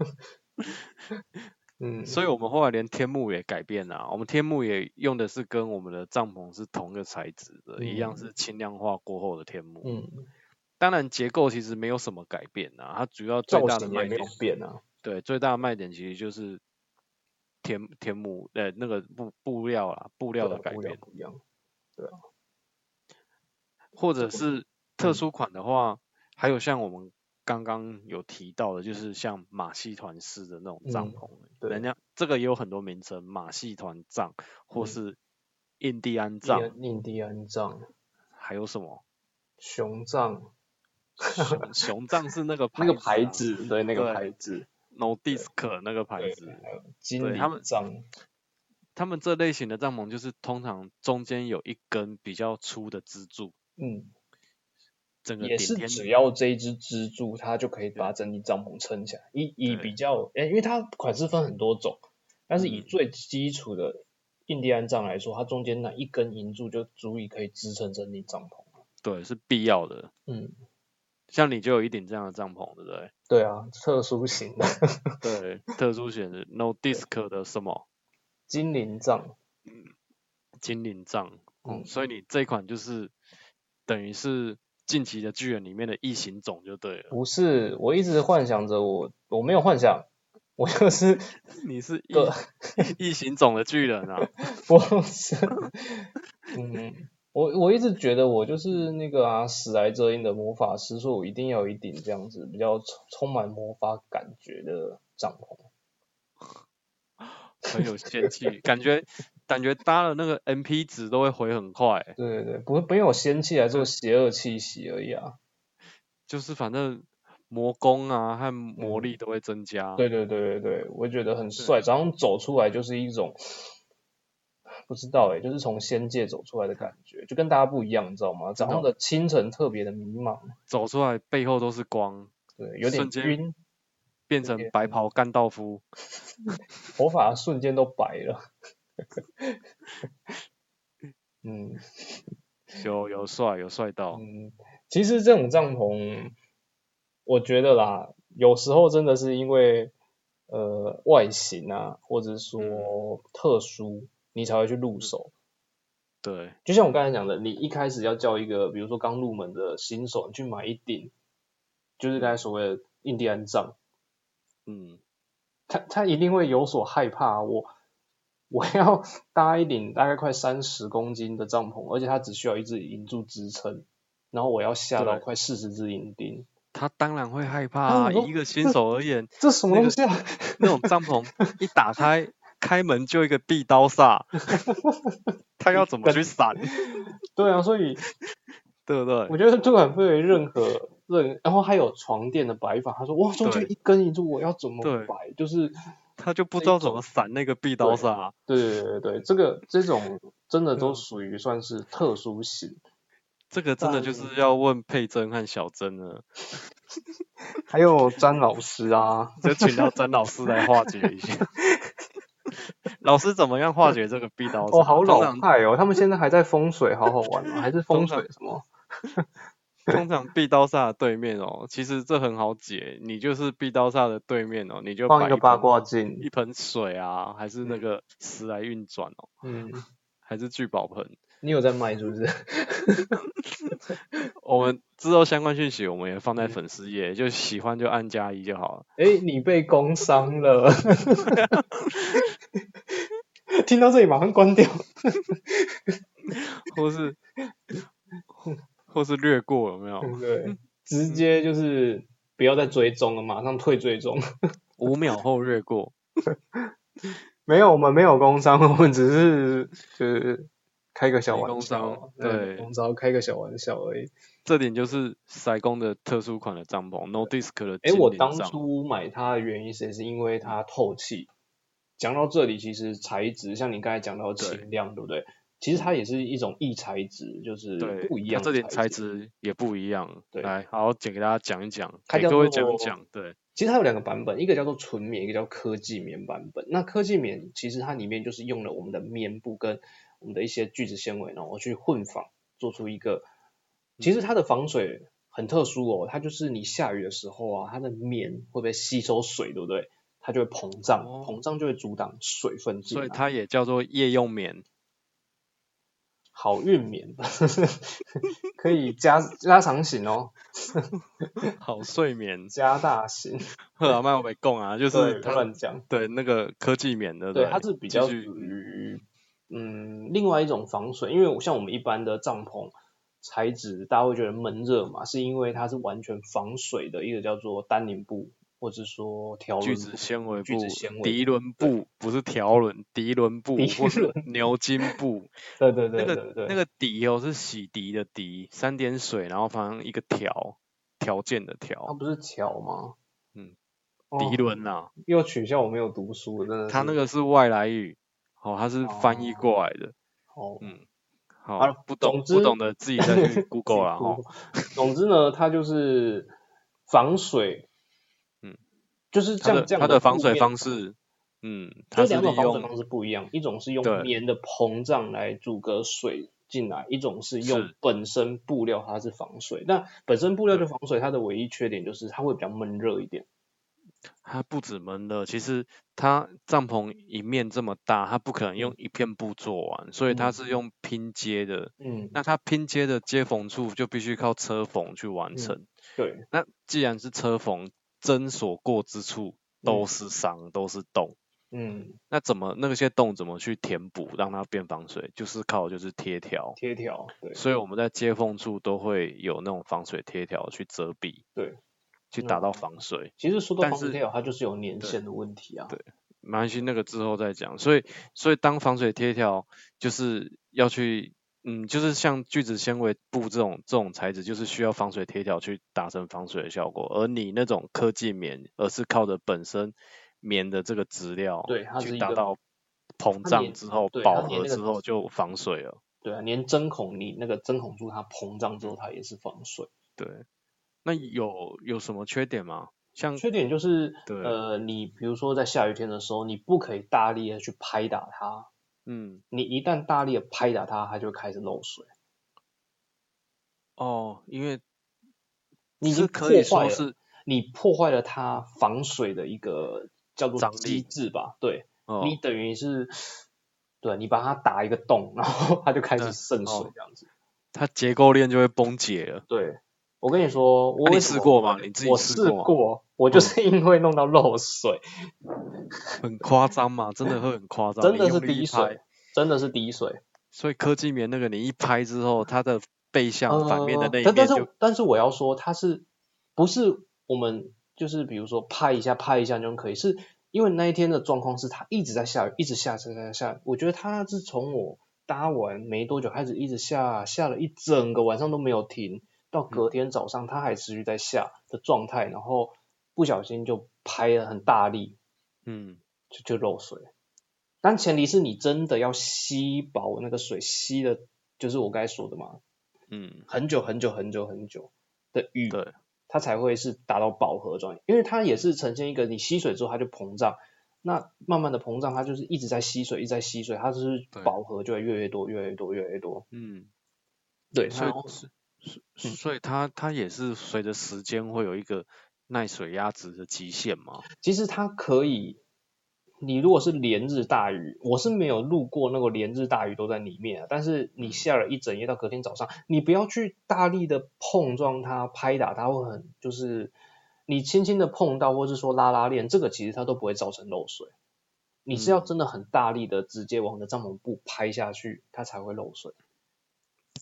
嗯，
所以我们后来连天幕也改变了啊、我们天幕也用的是跟我们的帐篷是同个材质的，一样
嗯
是轻量化过后的天幕。
嗯，
当然结构其实没有什么改变啊，它主要最
造
大的
型也
卖
没
点
有，变啊，
对，最大的卖点其实就是天天幕，呃，那个布布料啦，布料
对
的
啊
改
布料
变。
不一样，
或者是特
嗯
殊款的话，还有像我们刚刚有提到的，就是像马戏团式的那种帐
嗯
篷，
对
人家这个也有很多名称，马戏团帐或
嗯
是印第安
印第
帐，
安印第安藏、
还有什么？
熊藏、
熊熊藏是那个
那个
牌
牌
子
子，啊嗯对那个
对
牌子，
啊，No Disc 那个牌
对
子，
金
对
理
他们
藏，
他们这类型的帐篷就是通常中间有一根比较粗的支柱，
嗯，
整个
也
顶
是
天
只要这一只支柱，它就可以把整体帐篷撑起来。以以
对
比较，诶，因为它款式分很多种，但是以
嗯
最基础的印第安帐来说，它中间那一根银柱就足以可以支撑整体帐篷。
对是必要的。
嗯，
像你就有一顶这样的帐篷，对不对？
对啊，特殊型的
对，特殊选的 No Disc 的什么
精灵帐，
精灵帐，嗯，
嗯
所以你这款就是等于是近期的巨人里面的异形种就对了。
不是，我一直幻想着我，我没有幻想，我就是
你是异
对
异形种的巨人啊，
不是， 嗯，我我一直觉得我就是那个啊，史莱哲林的魔法师，说我一定要有一顶这样子比较充充满魔法感觉的帐篷。
很有仙气，感觉感觉搭了那个 MP 值都会回很快欸、
对对对，不是没有仙气来做邪恶气息而已啊。
就是反正魔功啊和魔
嗯
力都会增加。
对对对对对，我觉得很帅，早上走出来就是一种。不知道诶、就是从仙界走出来的感觉，就跟大家不一样，你知道吗？早上的清晨特别的迷茫，
走出来背后都是光，
对，有点
瞬间
晕，
变成
嗯
白袍甘道夫。
头发瞬间都白了。 嗯
有有帅有帅到，
嗯，其实这种帐篷，我觉得啦，有时候真的是因为呃外形啊，或者说特殊，你才会去入手。
对，
就像我刚才讲的，你一开始要叫一个，比如说刚入门的新手，你去买一顶，就是刚才所谓的印第安帐，
嗯，
他他一定会有所害怕。我我要搭一顶大概快三十公斤的帐篷，而且它只需要一只银柱支撑，然后我要下到
对
快四十只银钉，
他当然会害怕、
啊
啊。
我
以
说
一个新手而言，
这什么
那
东
个
西啊？
那种帐篷一打开，开门就一个壁刀煞，他要怎么去 闪，
对啊，所以
对不对？
我觉得不管会有任何任，然后还有床垫的摆法，他说哇，中间
对
一根一柱，我要怎么
对
摆？就是
他就不
这
知道
一
怎么闪那个壁刀煞啊、
对对对对，这个这种真的
嗯
都属于算是特殊型，
这个真的
啊
就是要问佩珍和小珍 了，
还有詹老师啊，
就请到詹老师来化解一 下。老师怎么样化解这个壁刀煞？
哦，好
通
老
常
派哦，他们现在还在风水，好好玩啊，还是风
通常
水什么？
通常壁刀煞的对面哦，其实这很好解，你就是壁刀煞的对面哦，你就
放
摆
一个八
盆
卦镜，
一盆水啊，还是那个时来运转哦，
嗯，
还是聚宝盆。
你有在卖是不是？
我们之后相关讯息我们也放在
嗯
粉丝页，就喜欢就按加一就好了。
哎，你被工伤了， 听到这里马上关掉。
或 是或或是略过有没有？
对，直接就是不要再追踪了，马上退追踪。
五秒后略过。
没有，我们没有工伤，我们只是就是开个小
没
玩
工
笑啊
伤，对
工伤开个小玩笑而已。
这点就是塞工的特殊款的帐篷，No Disc 的
哎，
精
我
灵
当
帐
初买它的原因是是因为它透气。讲到这里，其实材质像你刚才讲到
对
轻量，对不对？其实它也是一种异材质，就是
对，
不一
它
样
这
的
点材
材。
质也不一样。
对
来，好好简给大家讲一讲，
它
给
叫
各位讲
做
一讲。对，
其实它有两个版本，一个叫做纯棉，一个叫科技棉版本。那科技棉其实它里面就是用了我们的棉布跟我们的一些聚酯纤维，然后去混纺，做出一个。其实它的防水很特殊哦，它就是你下雨的时候啊，它的棉会不会吸收水，对不对？它就会膨胀，
哦
膨胀就会阻挡水分进
所
来。
以它也叫做夜用棉。
好运棉 可以加加长型哦，
好睡 眠，
加大型，
赫尔曼我没供啊，就
对，
是
不
它
乱讲。
对那个科技棉的，
对，
不
它是比较
继
属
续
于嗯另外一种防水，因为我像我们一般的帐篷材质，大家会觉得闷热嘛，是因为它是完全防水的一个叫做丹宁布，或者说条
聚
纹
酯纤维
聚
布
酯嗯纤、维
涤
布
纶布，不是条纶，涤纶布
涤
或是牛津布，
对对
那
对对
个
对，
那个涤哦是洗涤的涤，三点水，然后旁一个条，条件的
他
条，
不是巧吗？
嗯
哦，
迪伦呐，
又取笑我没有读书，真的是。
他那个是外来语，哦，他是翻译
哦
过来的，
哦，
嗯，好
啊，
不懂
总之
不懂的自己 再去 Google 啦，哦，
总之呢，它就是防水，
嗯，
就是这
它
样
的
这样
它的防
布
水
面
方式，嗯，它
这
是
两种
利
防水
用
方式不一样，一种是用
对
棉的膨胀来阻隔水进来，一种是用
是
本身布料它是防水。那本身布料就防水，它的唯一缺点就是它会比较闷热一点。
它不止闷热，其实它帐篷一面这么大，它不可能用一片布做完，所以它
嗯
是用拼接的。
嗯，
那它拼接的接缝处就必须靠车缝去完
嗯
成。
对，
那既然是车缝，针所过之处都
嗯
是伤，都是洞。
嗯，
那怎么那些洞怎么去填补，让它变防水？就是靠的就是贴条。
贴条，对，
所以我们在接缝处都会有那种防水贴条去遮蔽，
对，
去达到
嗯
防水。
其实说到
但
防水
是
贴条，它就是有年
对
限的问题啊。
对没关系，那个之后再讲。所以，所以当防水贴条就是要去，嗯，就是像聚酯纤维布这种这种材质，就是需要防水贴条去达成防水的效果。而你那种科技棉，而是靠着本身棉的这个质料，
对它是
去
一
达
个
到膨
它
胀
粘
之后
对它
饱
粘
和
那个
之后就防水了。
对啊，连针孔你那个针孔处它膨胀之后，它也是防水。
对，那有有什么缺点吗？像
缺点就是，
嗯对
呃，你比如说在下雨天的时候，你不可以大力的去拍打它，
嗯
你一旦大力的拍打它，它就会开始漏水。
哦，因为
你已
是
经
可以
破坏
说
了
是
你破坏了它防水的一个叫做
张
机
力
制吧？对，
哦
你等于是，对你把它打一个洞，然后 它就开始
对
渗水
哦
这样子。
它结构链就会崩解了。
对，我跟你说，
那
我
啊
为
你
什
试
么
过吗？你自己
我
试
试
过吗？
过，我就是 因为弄到漏水，
很夸张 嘛，真的会很夸张，
真
你
的
用
是
力一
滴
拍
水。，真的是滴水。
所以科技棉那个你一拍之后，它的背向反面的
呃
那一
但
面
但
就是
但是我要说，它是不是我们就是比如说拍一下拍一下就可以？是因为那一天的状况是它一直在下雨，一直下下下下雨。我觉得它是从我搭完没多久开始一直下，下了一整个晚上都没有停，到
嗯
隔天早上它还持续在下的状态，然后不小心就拍了很大力，
嗯，
就就漏水。但前提是你真的要吸饱那个水，吸的就是我刚才说的嘛，
嗯
很久很久很久很久的雨，
对
它才会是达到饱和状态，因为它也是呈现一个你吸水之后它就膨胀，那慢慢的膨胀，它就是一直在吸水，一直在吸水，它就是
对
饱和就会越来越多，越来越多，越来越多。
嗯，
对，
所
然后嗯
以是所所以它它也是随着时间会有一个耐水压值的极限嘛。
其实它可以，你如果是连日大雨，我是没有路过那个连日大雨都在里面啊，但是你下了一整夜到隔天早上，你不要去大力的碰撞它、拍打它，会很就是你轻轻的碰到，或是说拉拉链，这个其实它都不会造成漏水。你是要
嗯
真的很大力的直接往你的帐篷布拍下去，它才会漏水。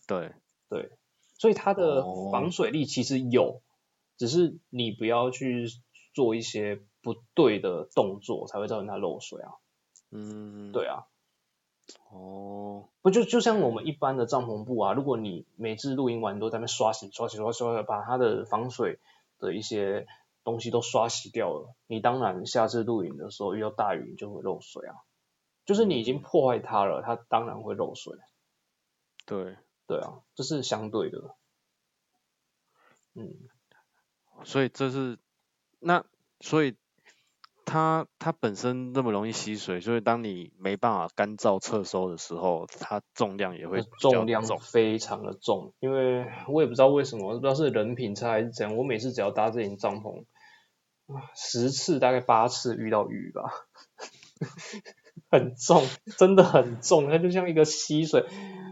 对，
所以它的
哦
防水力其实有，只是你不要去做一些不对的动作，才会造成它漏水啊。
嗯，
对啊，
哦，
不就就像我们一般的帐篷布啊，如果你每次露营完你都在那边刷洗刷洗刷洗刷洗，把它的防水的一些东西都刷洗掉了，你当然下次露营的时候遇到大雨你就会漏水啊。就是你已经破坏它了，它当然会漏水。
对，
对啊，这是相对的。嗯，
所以这是那所以它它本身那么容易吸水，所以当你没办法干燥侧收的时候，它重量也会
那
比较
呃重量
重。
非常的重，因为我也不知道为什么，不知道是人品差还是怎样。我每次只要搭这顶帐篷，啊十次大概八次遇到雨吧， 很重，真的很重，它就像一个溪水。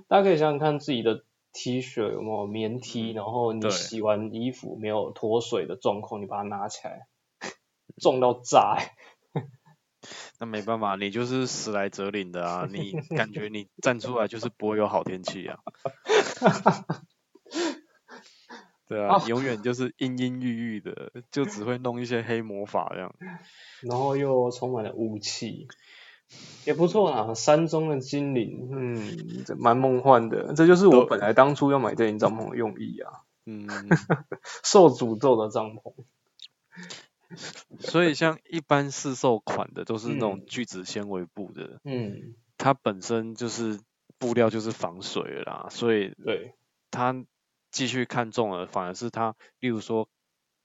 大家可以想想看自己的 T 恤有没有棉 T，然后你
嗯对
洗完衣服没有脱水的状况，你把它拿起来， 重到炸、欸。
那没办法，你就是时来则领的啊， 你感觉你站出来就是不会有好天气啊。对啊
啊，
永远就是阴阴郁郁的，就只会弄一些黑魔法这样。
然后又充满了雾气，也不错啦。山中的精灵，嗯，这蛮梦幻的。这就是我
都
本来当初要买这顶帐篷的用意啊。
嗯，
受诅咒的帐篷。
所以像一般市售款的都是那种
嗯
聚酯纤维布的，
嗯，
它本身就是布料就是防水了啦，所以
对，
它继续看中了，反而是它，例如说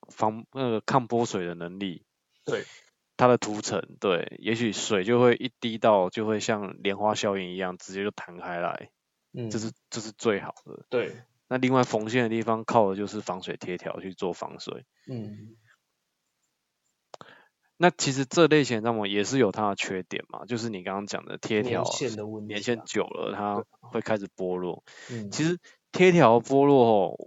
防那个抗泼水的能力，
对，
它的涂层，对，也许水就会一滴到，就会像莲花效应一样，直接就弹开来，
嗯，
这是这是最好的。
对，
那另外缝线的地方靠的就是防水贴条去做防水。
嗯，
那其实这类型的帐篷也是有它的缺点嘛，就是你刚刚讲的贴条
年
啊
限的问题啊，
年限久了它会开始剥落。
嗯，
其实贴条剥落哦，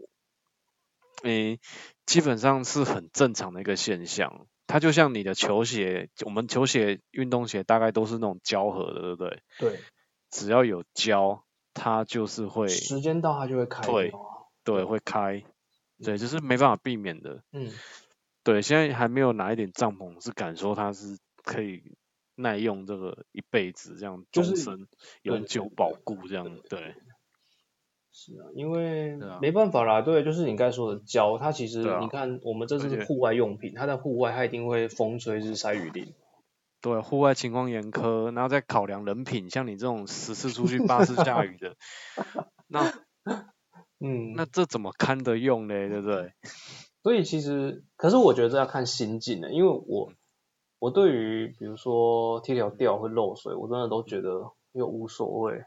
诶、基本上是很正常的一个现象。它就像你的球鞋，我们球鞋、运动鞋大概都是那种胶合的，对不对？
对，
只要有胶，它就是会
时间到它就会开
对
掉啊。
对会开，对，就是没办法避免的。
嗯，
对，现在还没有哪一点帐篷是敢说它是可以耐用这个一辈子这样
就
终
是
身
对
永
对
久
对
保固这样，对
是啊，因为
对啊
没办法啦，对，就是你刚才说的胶，它其实
对啊
你看我们这
而且
是户外用品，它在户外它一定会风吹日晒雨淋。
对，户外情况严苛，然后再考量人品，像你这种十次出去八次下雨的， 那
嗯，
那这怎么堪得用嘞？对不对？
所以其实，可是我觉得这要看心境的，因为我我对于比如说贴条掉会漏水，我真的都觉得又无所谓，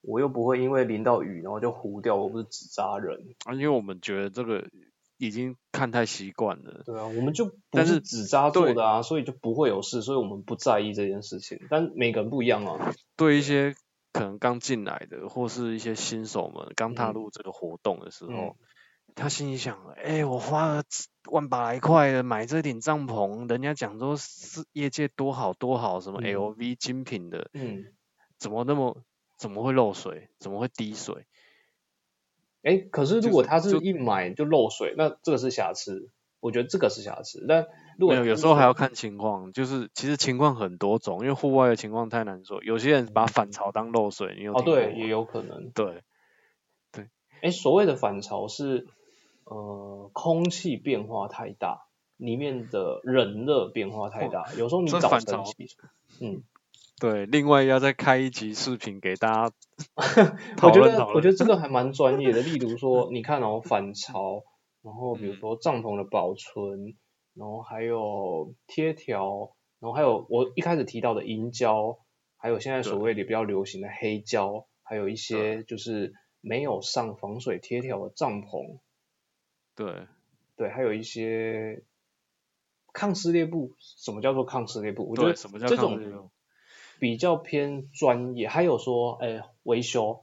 我又不会因为淋到雨然后就糊掉，我不是纸扎人，
啊，因为我们觉得这个已经看太习惯了，
对啊，我们就不
但是
是纸扎做的啊，所以就不会有事，所以我们不在意这件事情，但每个人不一样啊，
对一些可能刚进来的或是一些新手们刚踏
嗯
入这个活动的时候，
嗯
他心里想：哎、我花了万把来块的买这顶帐篷，人家讲说是业界多好多好，什么
嗯
LV 精品的，
嗯，
怎么那么怎么会漏水，怎么会滴水？
哎，可是如果
就是
他是
就
一买就漏水，那这个是瑕疵，我觉得这个是瑕疵，但如
没
果
有，
他
有
是
时候还
说
要看情况，就是其实情况很多种，因为户外的情况太难说。有些人把反潮当漏水，你有
哦，
听过
对，
吗
也有可能。
对
哎，所谓的反潮是，呃，空气变化太大，里面的冷热变化太大，有时候你
哦这
早
反
晨
潮
起床，嗯，
对，另外要再开一集视频给大家
我
讨
觉
论
得
讨
我觉
论。
得这个还蛮专业的。例如说，你看哦，反潮，然后比如
嗯
说帐篷的保存，然后还有贴条，然后还有我一开始提到的银胶，还有现在所谓的比较流行的黑胶，还有一些就是没有上防水贴条的帐篷，
对，
对，还有一些抗撕裂布。什么叫做抗撕裂布？我觉
对
得
什么叫
这
抗
种
日用
比较偏专业。还有说，哎，维修户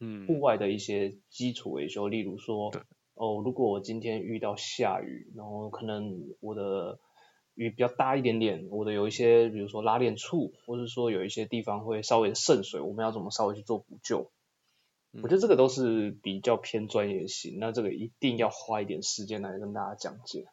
嗯，
外的一些基础维修，例如说
对，
哦，如果我今天遇到下雨，然后可能我的雨比较大一点点，我的有一些，比如说拉链处，或是说有一些地方会稍微渗水，我们要怎么稍微去做补救？我觉得这个都是比较偏专业型，那这个一定要花一点时间来跟大家讲解。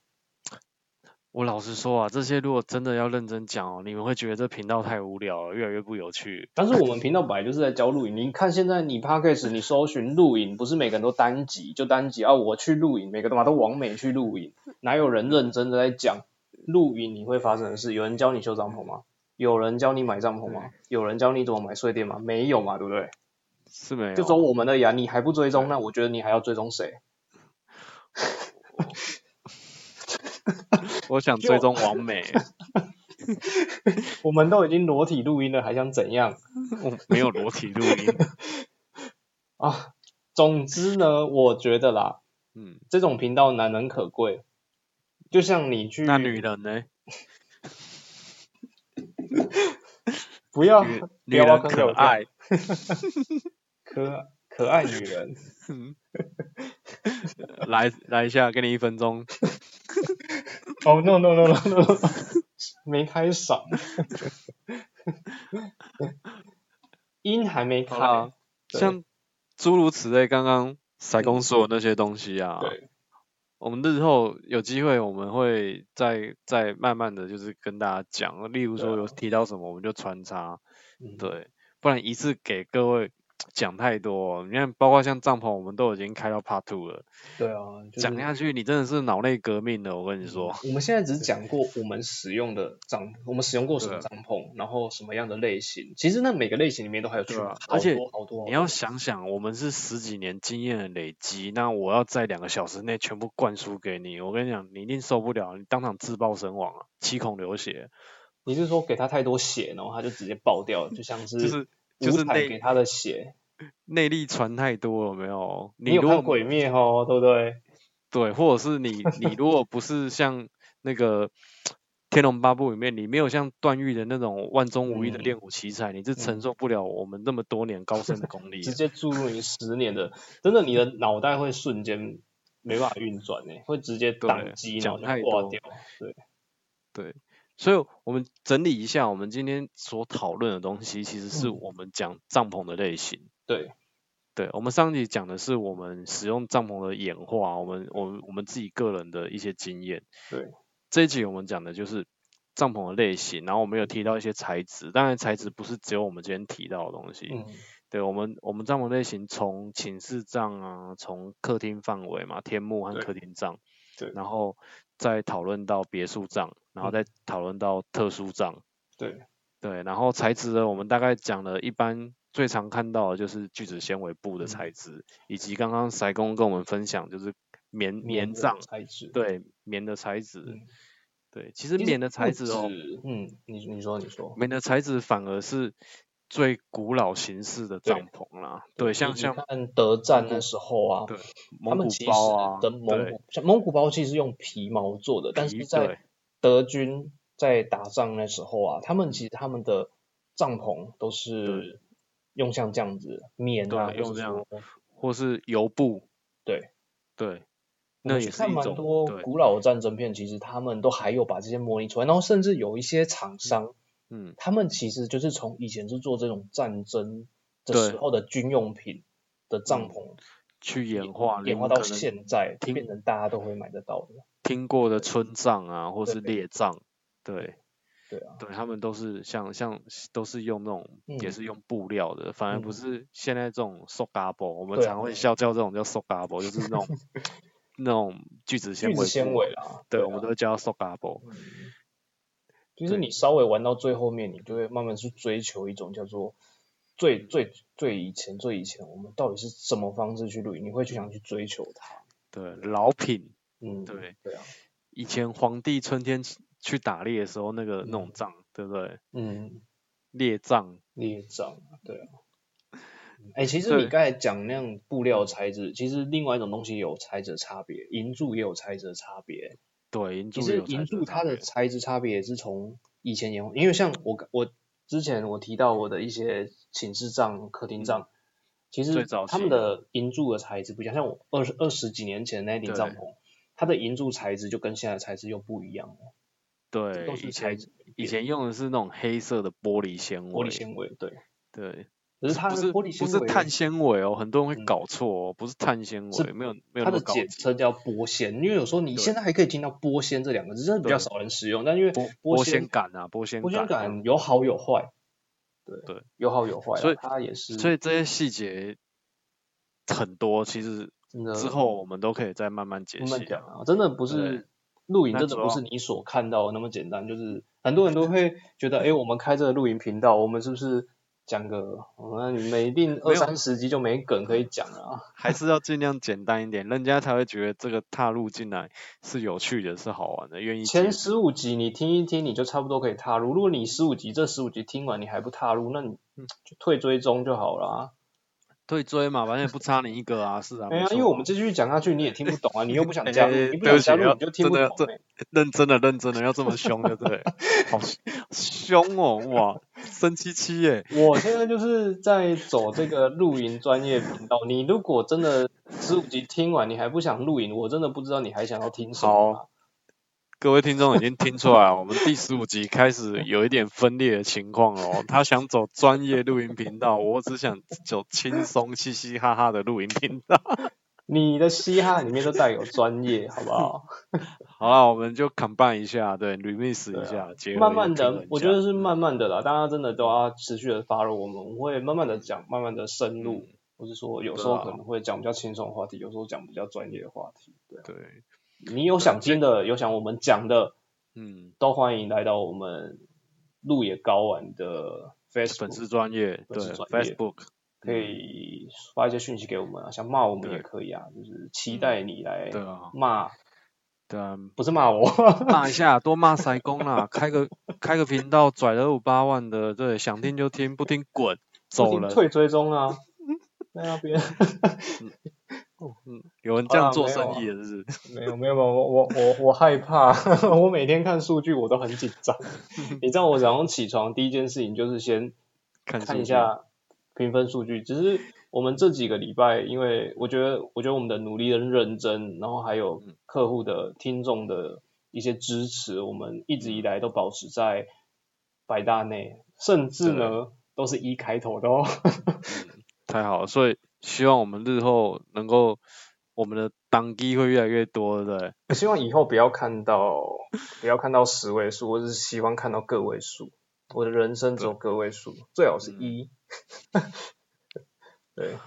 我老实说啊，这些如果真的要认真讲哦，你们会觉得这频道太无聊了，越来越不有趣。
但是我们频道本来就是在教露营，你看现在你 podcast 你搜寻露营，不是每个人都单集就单集啊，我去露营，每个他妈都往美去露营，哪有人认真的在讲露营你会发生的事？有人教你修帐篷吗？有人教你买帐篷吗？有人教你怎么买睡垫吗？没有嘛，对不对？
是没有，
就走我们的呀，你还不追踪，那我觉得你还要追踪谁？
我想
就
追踪完美，
我们都已经裸体录音了，还想怎样？
我没有裸体录 音。
啊，总之呢，我觉得啦，
嗯，
这种频道难能可贵。就像你去，
那女 人呢？
不要
女
不
女
要挖
人
坑给
可
我跳
爱，
可可爱女人，
来来一下，给你一分钟。
哦、no no no no no，no. 没开嗓，音还没
好
开，
啦，
对
像诸如此类，刚刚塞公说的那些东西啊，
对，
我们日后有机会，我们会再再慢慢的就是跟大家讲，例如
对
说
啊
有提到什么，我们就穿插，
嗯，
对，不然一次给各位讲太多、哦，你看，包括像帐篷，我们都已经开到 Part Two 了，
对啊，就是
讲下去你真的是脑内革命了，我跟你说，
我们现在只讲过我们使用的帐，我们使用过什
啊
么帐篷，然后什么样的类型。其实那每个类型里面都还有趣，
对啊
好
而且
多好多。
你要想想，我们是十几年经验的累积，那我要在两个小时内全部灌输给你，我跟你讲，你一定受不了，你当场自爆身亡啊，七孔流血，
你是说给他太多血，然后他就直接爆掉了，就像是
就是就是
五彩
内
给他的血。
内力传太多有没有？
你
你
有
如
看
果
鬼灭哦，对不对？
对，或者是 你你如果不是像那个《天龙八部》里面，你没有像段誉的那种万中无一的
嗯
练武奇才，你是承
嗯
受不了我们那么多年高深的 功力
直
的。
接注入你十年的，真的你的脑袋会瞬间没办法运转呢，会直接
对
宕机，然后
讲
就
太
挂
多
掉。对，
所以，我们整理一下，我们今天所讨论的东西，其实是
嗯
我们讲帐篷的类型。
对，
对，我们上集讲的是我们使用帐篷的演化，我们我们我们自己个人的一些经验。
对，
这一集我们讲的就是帐篷的类型，然后我们有提到一些材质，当然材质不是只有我们今天提到的东西。
嗯，
对我们，我们帐篷类型从寝室帐啊，从客厅范围嘛，天幕和
对
客厅帐，
对嗯
然后再讨论到别墅帐，然后再讨论到特殊帐，
对，
对，然后材质呢，我们大概讲了一般最常看到的就是聚酯纤维布的
嗯
材质，以及刚刚塞工跟我们分享就是棉棉
的
帐，
材质。
对，棉的材质，
嗯
对，其实
其实
棉的材
不
质哦，
止嗯，你你说你说，
棉的材质反而是最古老形式的
对
帐篷啦，对，像
你
像。
看德战
蒙
那
古
时候啊，
对
他
蒙
们
古
其实
包啊，
的蒙
对，
古像蒙古包其实是用皮毛做的，但是
皮
在
对
德军在打仗那时候啊，他们其实他们的帐篷都是用像这样子棉
对啊
啊，
用这
这
样
样。
或是油布，
对
对，那
我们
也
去
是
看
一
蛮
种
多
对
古老的战争片，其实他们都还有把这些模拟出来，然后甚至有一些厂商，
嗯，
他们其实就是从以前是做这种战争的
对
时候的军用品的帐篷，
去演化，你
演化
们
到
可能
现在
听
变成大家都会买得到的。
听过的村帐啊，或是
对
列帐，对
对啊，
对，他们都是像像都是用那种也
嗯
是用布料的，反而不
嗯
是现在这种 s o g a b o 我们
对啊
常会
对啊
笑叫这种叫 s o g a b o 就是那 种那种聚酯纤
聚
维布，
酯纤维啦，
对，
啊
我们都会叫它 s o g a b o
嗯其实
对
你稍微玩到最后面，你就会慢慢去追求一种叫做最
嗯
最最以前最以前，我们到底是什么方式去录影，你会去想去追求它。
对，老品，
嗯，
对
对啊，
以前皇帝春天去去打猎的时候，那个那种
嗯
帐，对不对？
嗯，
猎帐，
猎杖，对啊。哎、其实
嗯对
你刚才讲那样布料材质，其实另外一种东西也有材质的差别，银柱也有材质的差别。
对，银柱
其实
有材
银
质
柱它的
差
材质差别也是从以前演化，因为像我我之前我提到我的一些寝室帐、客厅帐，其
嗯最
实
早
他们
期
的银柱的材质不一样，像我二十二十几年前的那顶帐
对
篷，它的银柱材质就跟现在的材质又不一样了，
别
这都
对，
是
以
材
前
质的
以
变
前用的是那种黑色的玻璃纤维，
玻璃纤维，对，
对，
可是它
不是
玻璃
不
纤
是
维
碳纤维哦，很多人会
嗯
搞错哦，不是碳纤
是
维，没有没有
它
那么
的
高
简
级
称叫玻纤，因为有时候你
对
现在还可以听到玻纤这两个字，真的比较
对
少人使用，但因为
玻
玻
纤
纤
感啊，玻纤
玻纤
感
感有好有坏，对
对，
有好有坏啦，
所以
它也
啊，
是嗯
所以这些细节很多，其实
真的
之后我们都可以再慢慢解
嗯慢慢
析
讲
啊。
啊，真的不
对
是露营，
那
真的
主
不
要
是你所看到的那么简单。就是很多人都会觉 得，哎、我们开这个露营频道，我们是不是讲个，我们每一定
没
二
有
三十集就没梗可以讲了啊？
还是要尽量简单一点，人家才会觉得这个踏入进来是有趣的，是好玩的，愿意接
前十五集你听一听，你就差不多可以踏入。如果你十五集这十五集听完你还不踏入，那你
嗯
就退追踪就好啦。
退追嘛，反正也不差你一个啊，是啊，
哎
没
呀、
错
因为我们继续讲下去你也听不 懂啊，你又不想
哎
加入，
哎哎
你不
对
想
不起
加入
要
你就听不
真的
懂
要、这
哎
认真的认真的要这么凶，对不 对？好凶哦，哇，生气气 耶！
我现在就是在走这个露营专业频道。你如果真的十五集听完，你还不想露营，我真的不知道你还想要听什么啊、
各位听众已经听出来了，我们第十五集开始有一点分裂的情况哦。他想走专业露营频道，我只想走轻松嘻嘻哈哈的露营频道。
你的嘻哈里面都带有专业，好不好？
好了，我们就 combine 一下，对，remix
对
一
啊
下，结合
慢慢
一下平
的
衡，
我
一
觉
下
得是慢慢的啦，大家真的都要持续的 follow 我们，我们会慢慢的讲，慢慢的深入，或是说有时候
嗯对啊
可能会讲比较轻松的话题，有时候讲比较专业的话题。对啊，
对，啊
你有想听的，有想我们讲的，
嗯，
都欢迎来到我们路野高玩的
粉
Facebook，
丝专业，对
粉丝专业
，Facebook
可以发一些讯息给我们啊，想骂我们也可以啊，就是期待你来
嗯对啊，
骂，
对啊，
不是骂我，
骂一下，多骂塞工啦，开个开个频道，拽了五八万的，对，想听就听，不听滚， 走了。
退追 踪啊，在那边。
嗯，有人这样
啊
做
没有
生
啊
意的，是不是？
没有没有，没有我我我我害怕， 我每天看数据我都很紧 张。你知道我早上起床第一件事情就是先
看
看
数
一
据，
下评分数据。只是我们这几个礼拜，因为我觉得我觉得我们的努力跟认真，然后还有
嗯
客户的听众的一些支持，我们一直以来都保持在百大内，甚至呢都是一开头的哦。
太好了，所以希望我们日后能够，我们的档机会越来越多，对不对？
我希望以后不要看到，不要看到十位数，我只是希望看到个位数。我的人生只有个位数，最好是
嗯
一。 对，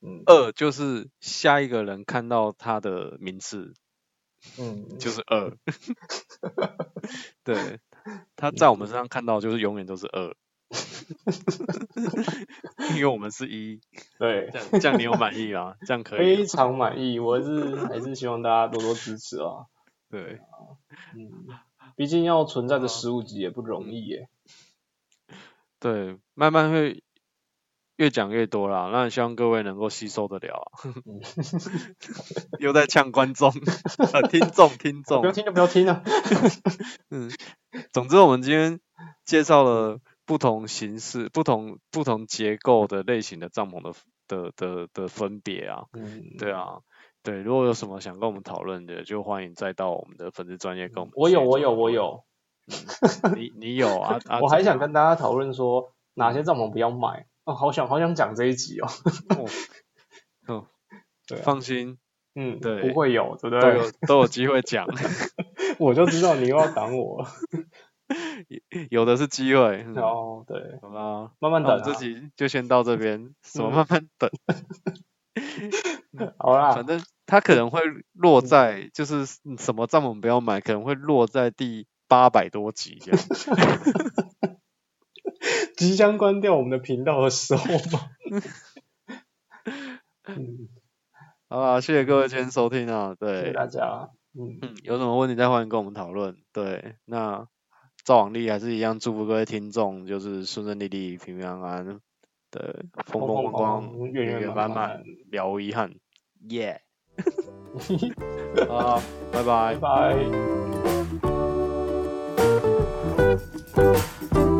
嗯
二就是下一个人看到他的名次
嗯，
就是二， 对，他在我们身上看到就是永远都是二， 因为我们是一，
对，
这样这样你有满意吗？这样可以
非
吗，
常满意。我是还是希望大家多多支持啊，
对，
嗯，毕竟要存在这十五集也不容易
嗯
耶。
对，慢慢会越讲越多啦，那希望各位能够吸收得 了、啊。又在呛观众、呃、听众、听
不要
众。
听就不要 听啊，
嗯，总之我们今天介绍了不同形式、不同不同结构的类型的帐篷的的的的分别啊。
嗯，
对啊，对，如果有什么想跟我们讨论的，就欢迎再到我们的粉丝专业跟我们。
我有我有我，有，
你你有 啊啊！
我还
怎
想
么
跟大家讨论说哪些帐篷不要买。哦，好想好想讲这一集哦。
哦哦
对啊
放心，
嗯，
对
不会有，对不
都
对？
有都有机会 讲。
我就知道你又要挡我。
有的是机会。嗯、好
哦，对，
啦，
慢慢
那我们
等、
这
啊。
集就先到这边，什么
嗯
慢慢等，
好啦
反，正它可能会落
嗯
在就是什么账我们不要买，可能会落在第八百多集 这样。
即将关掉我们的频道的时候 嘛。嗯，
好啦，谢谢各位今天收听啊，
谢谢
对，
大家。嗯，
嗯，有什么问题再欢迎跟我们讨论。对，那照往例还是一样，祝福各位听众就是顺顺利利、平平安安，对，风风光光，
圆
圆
圆
圆满满
满，，
了无遗憾， 耶、yeah！好啦，拜拜
拜。拜。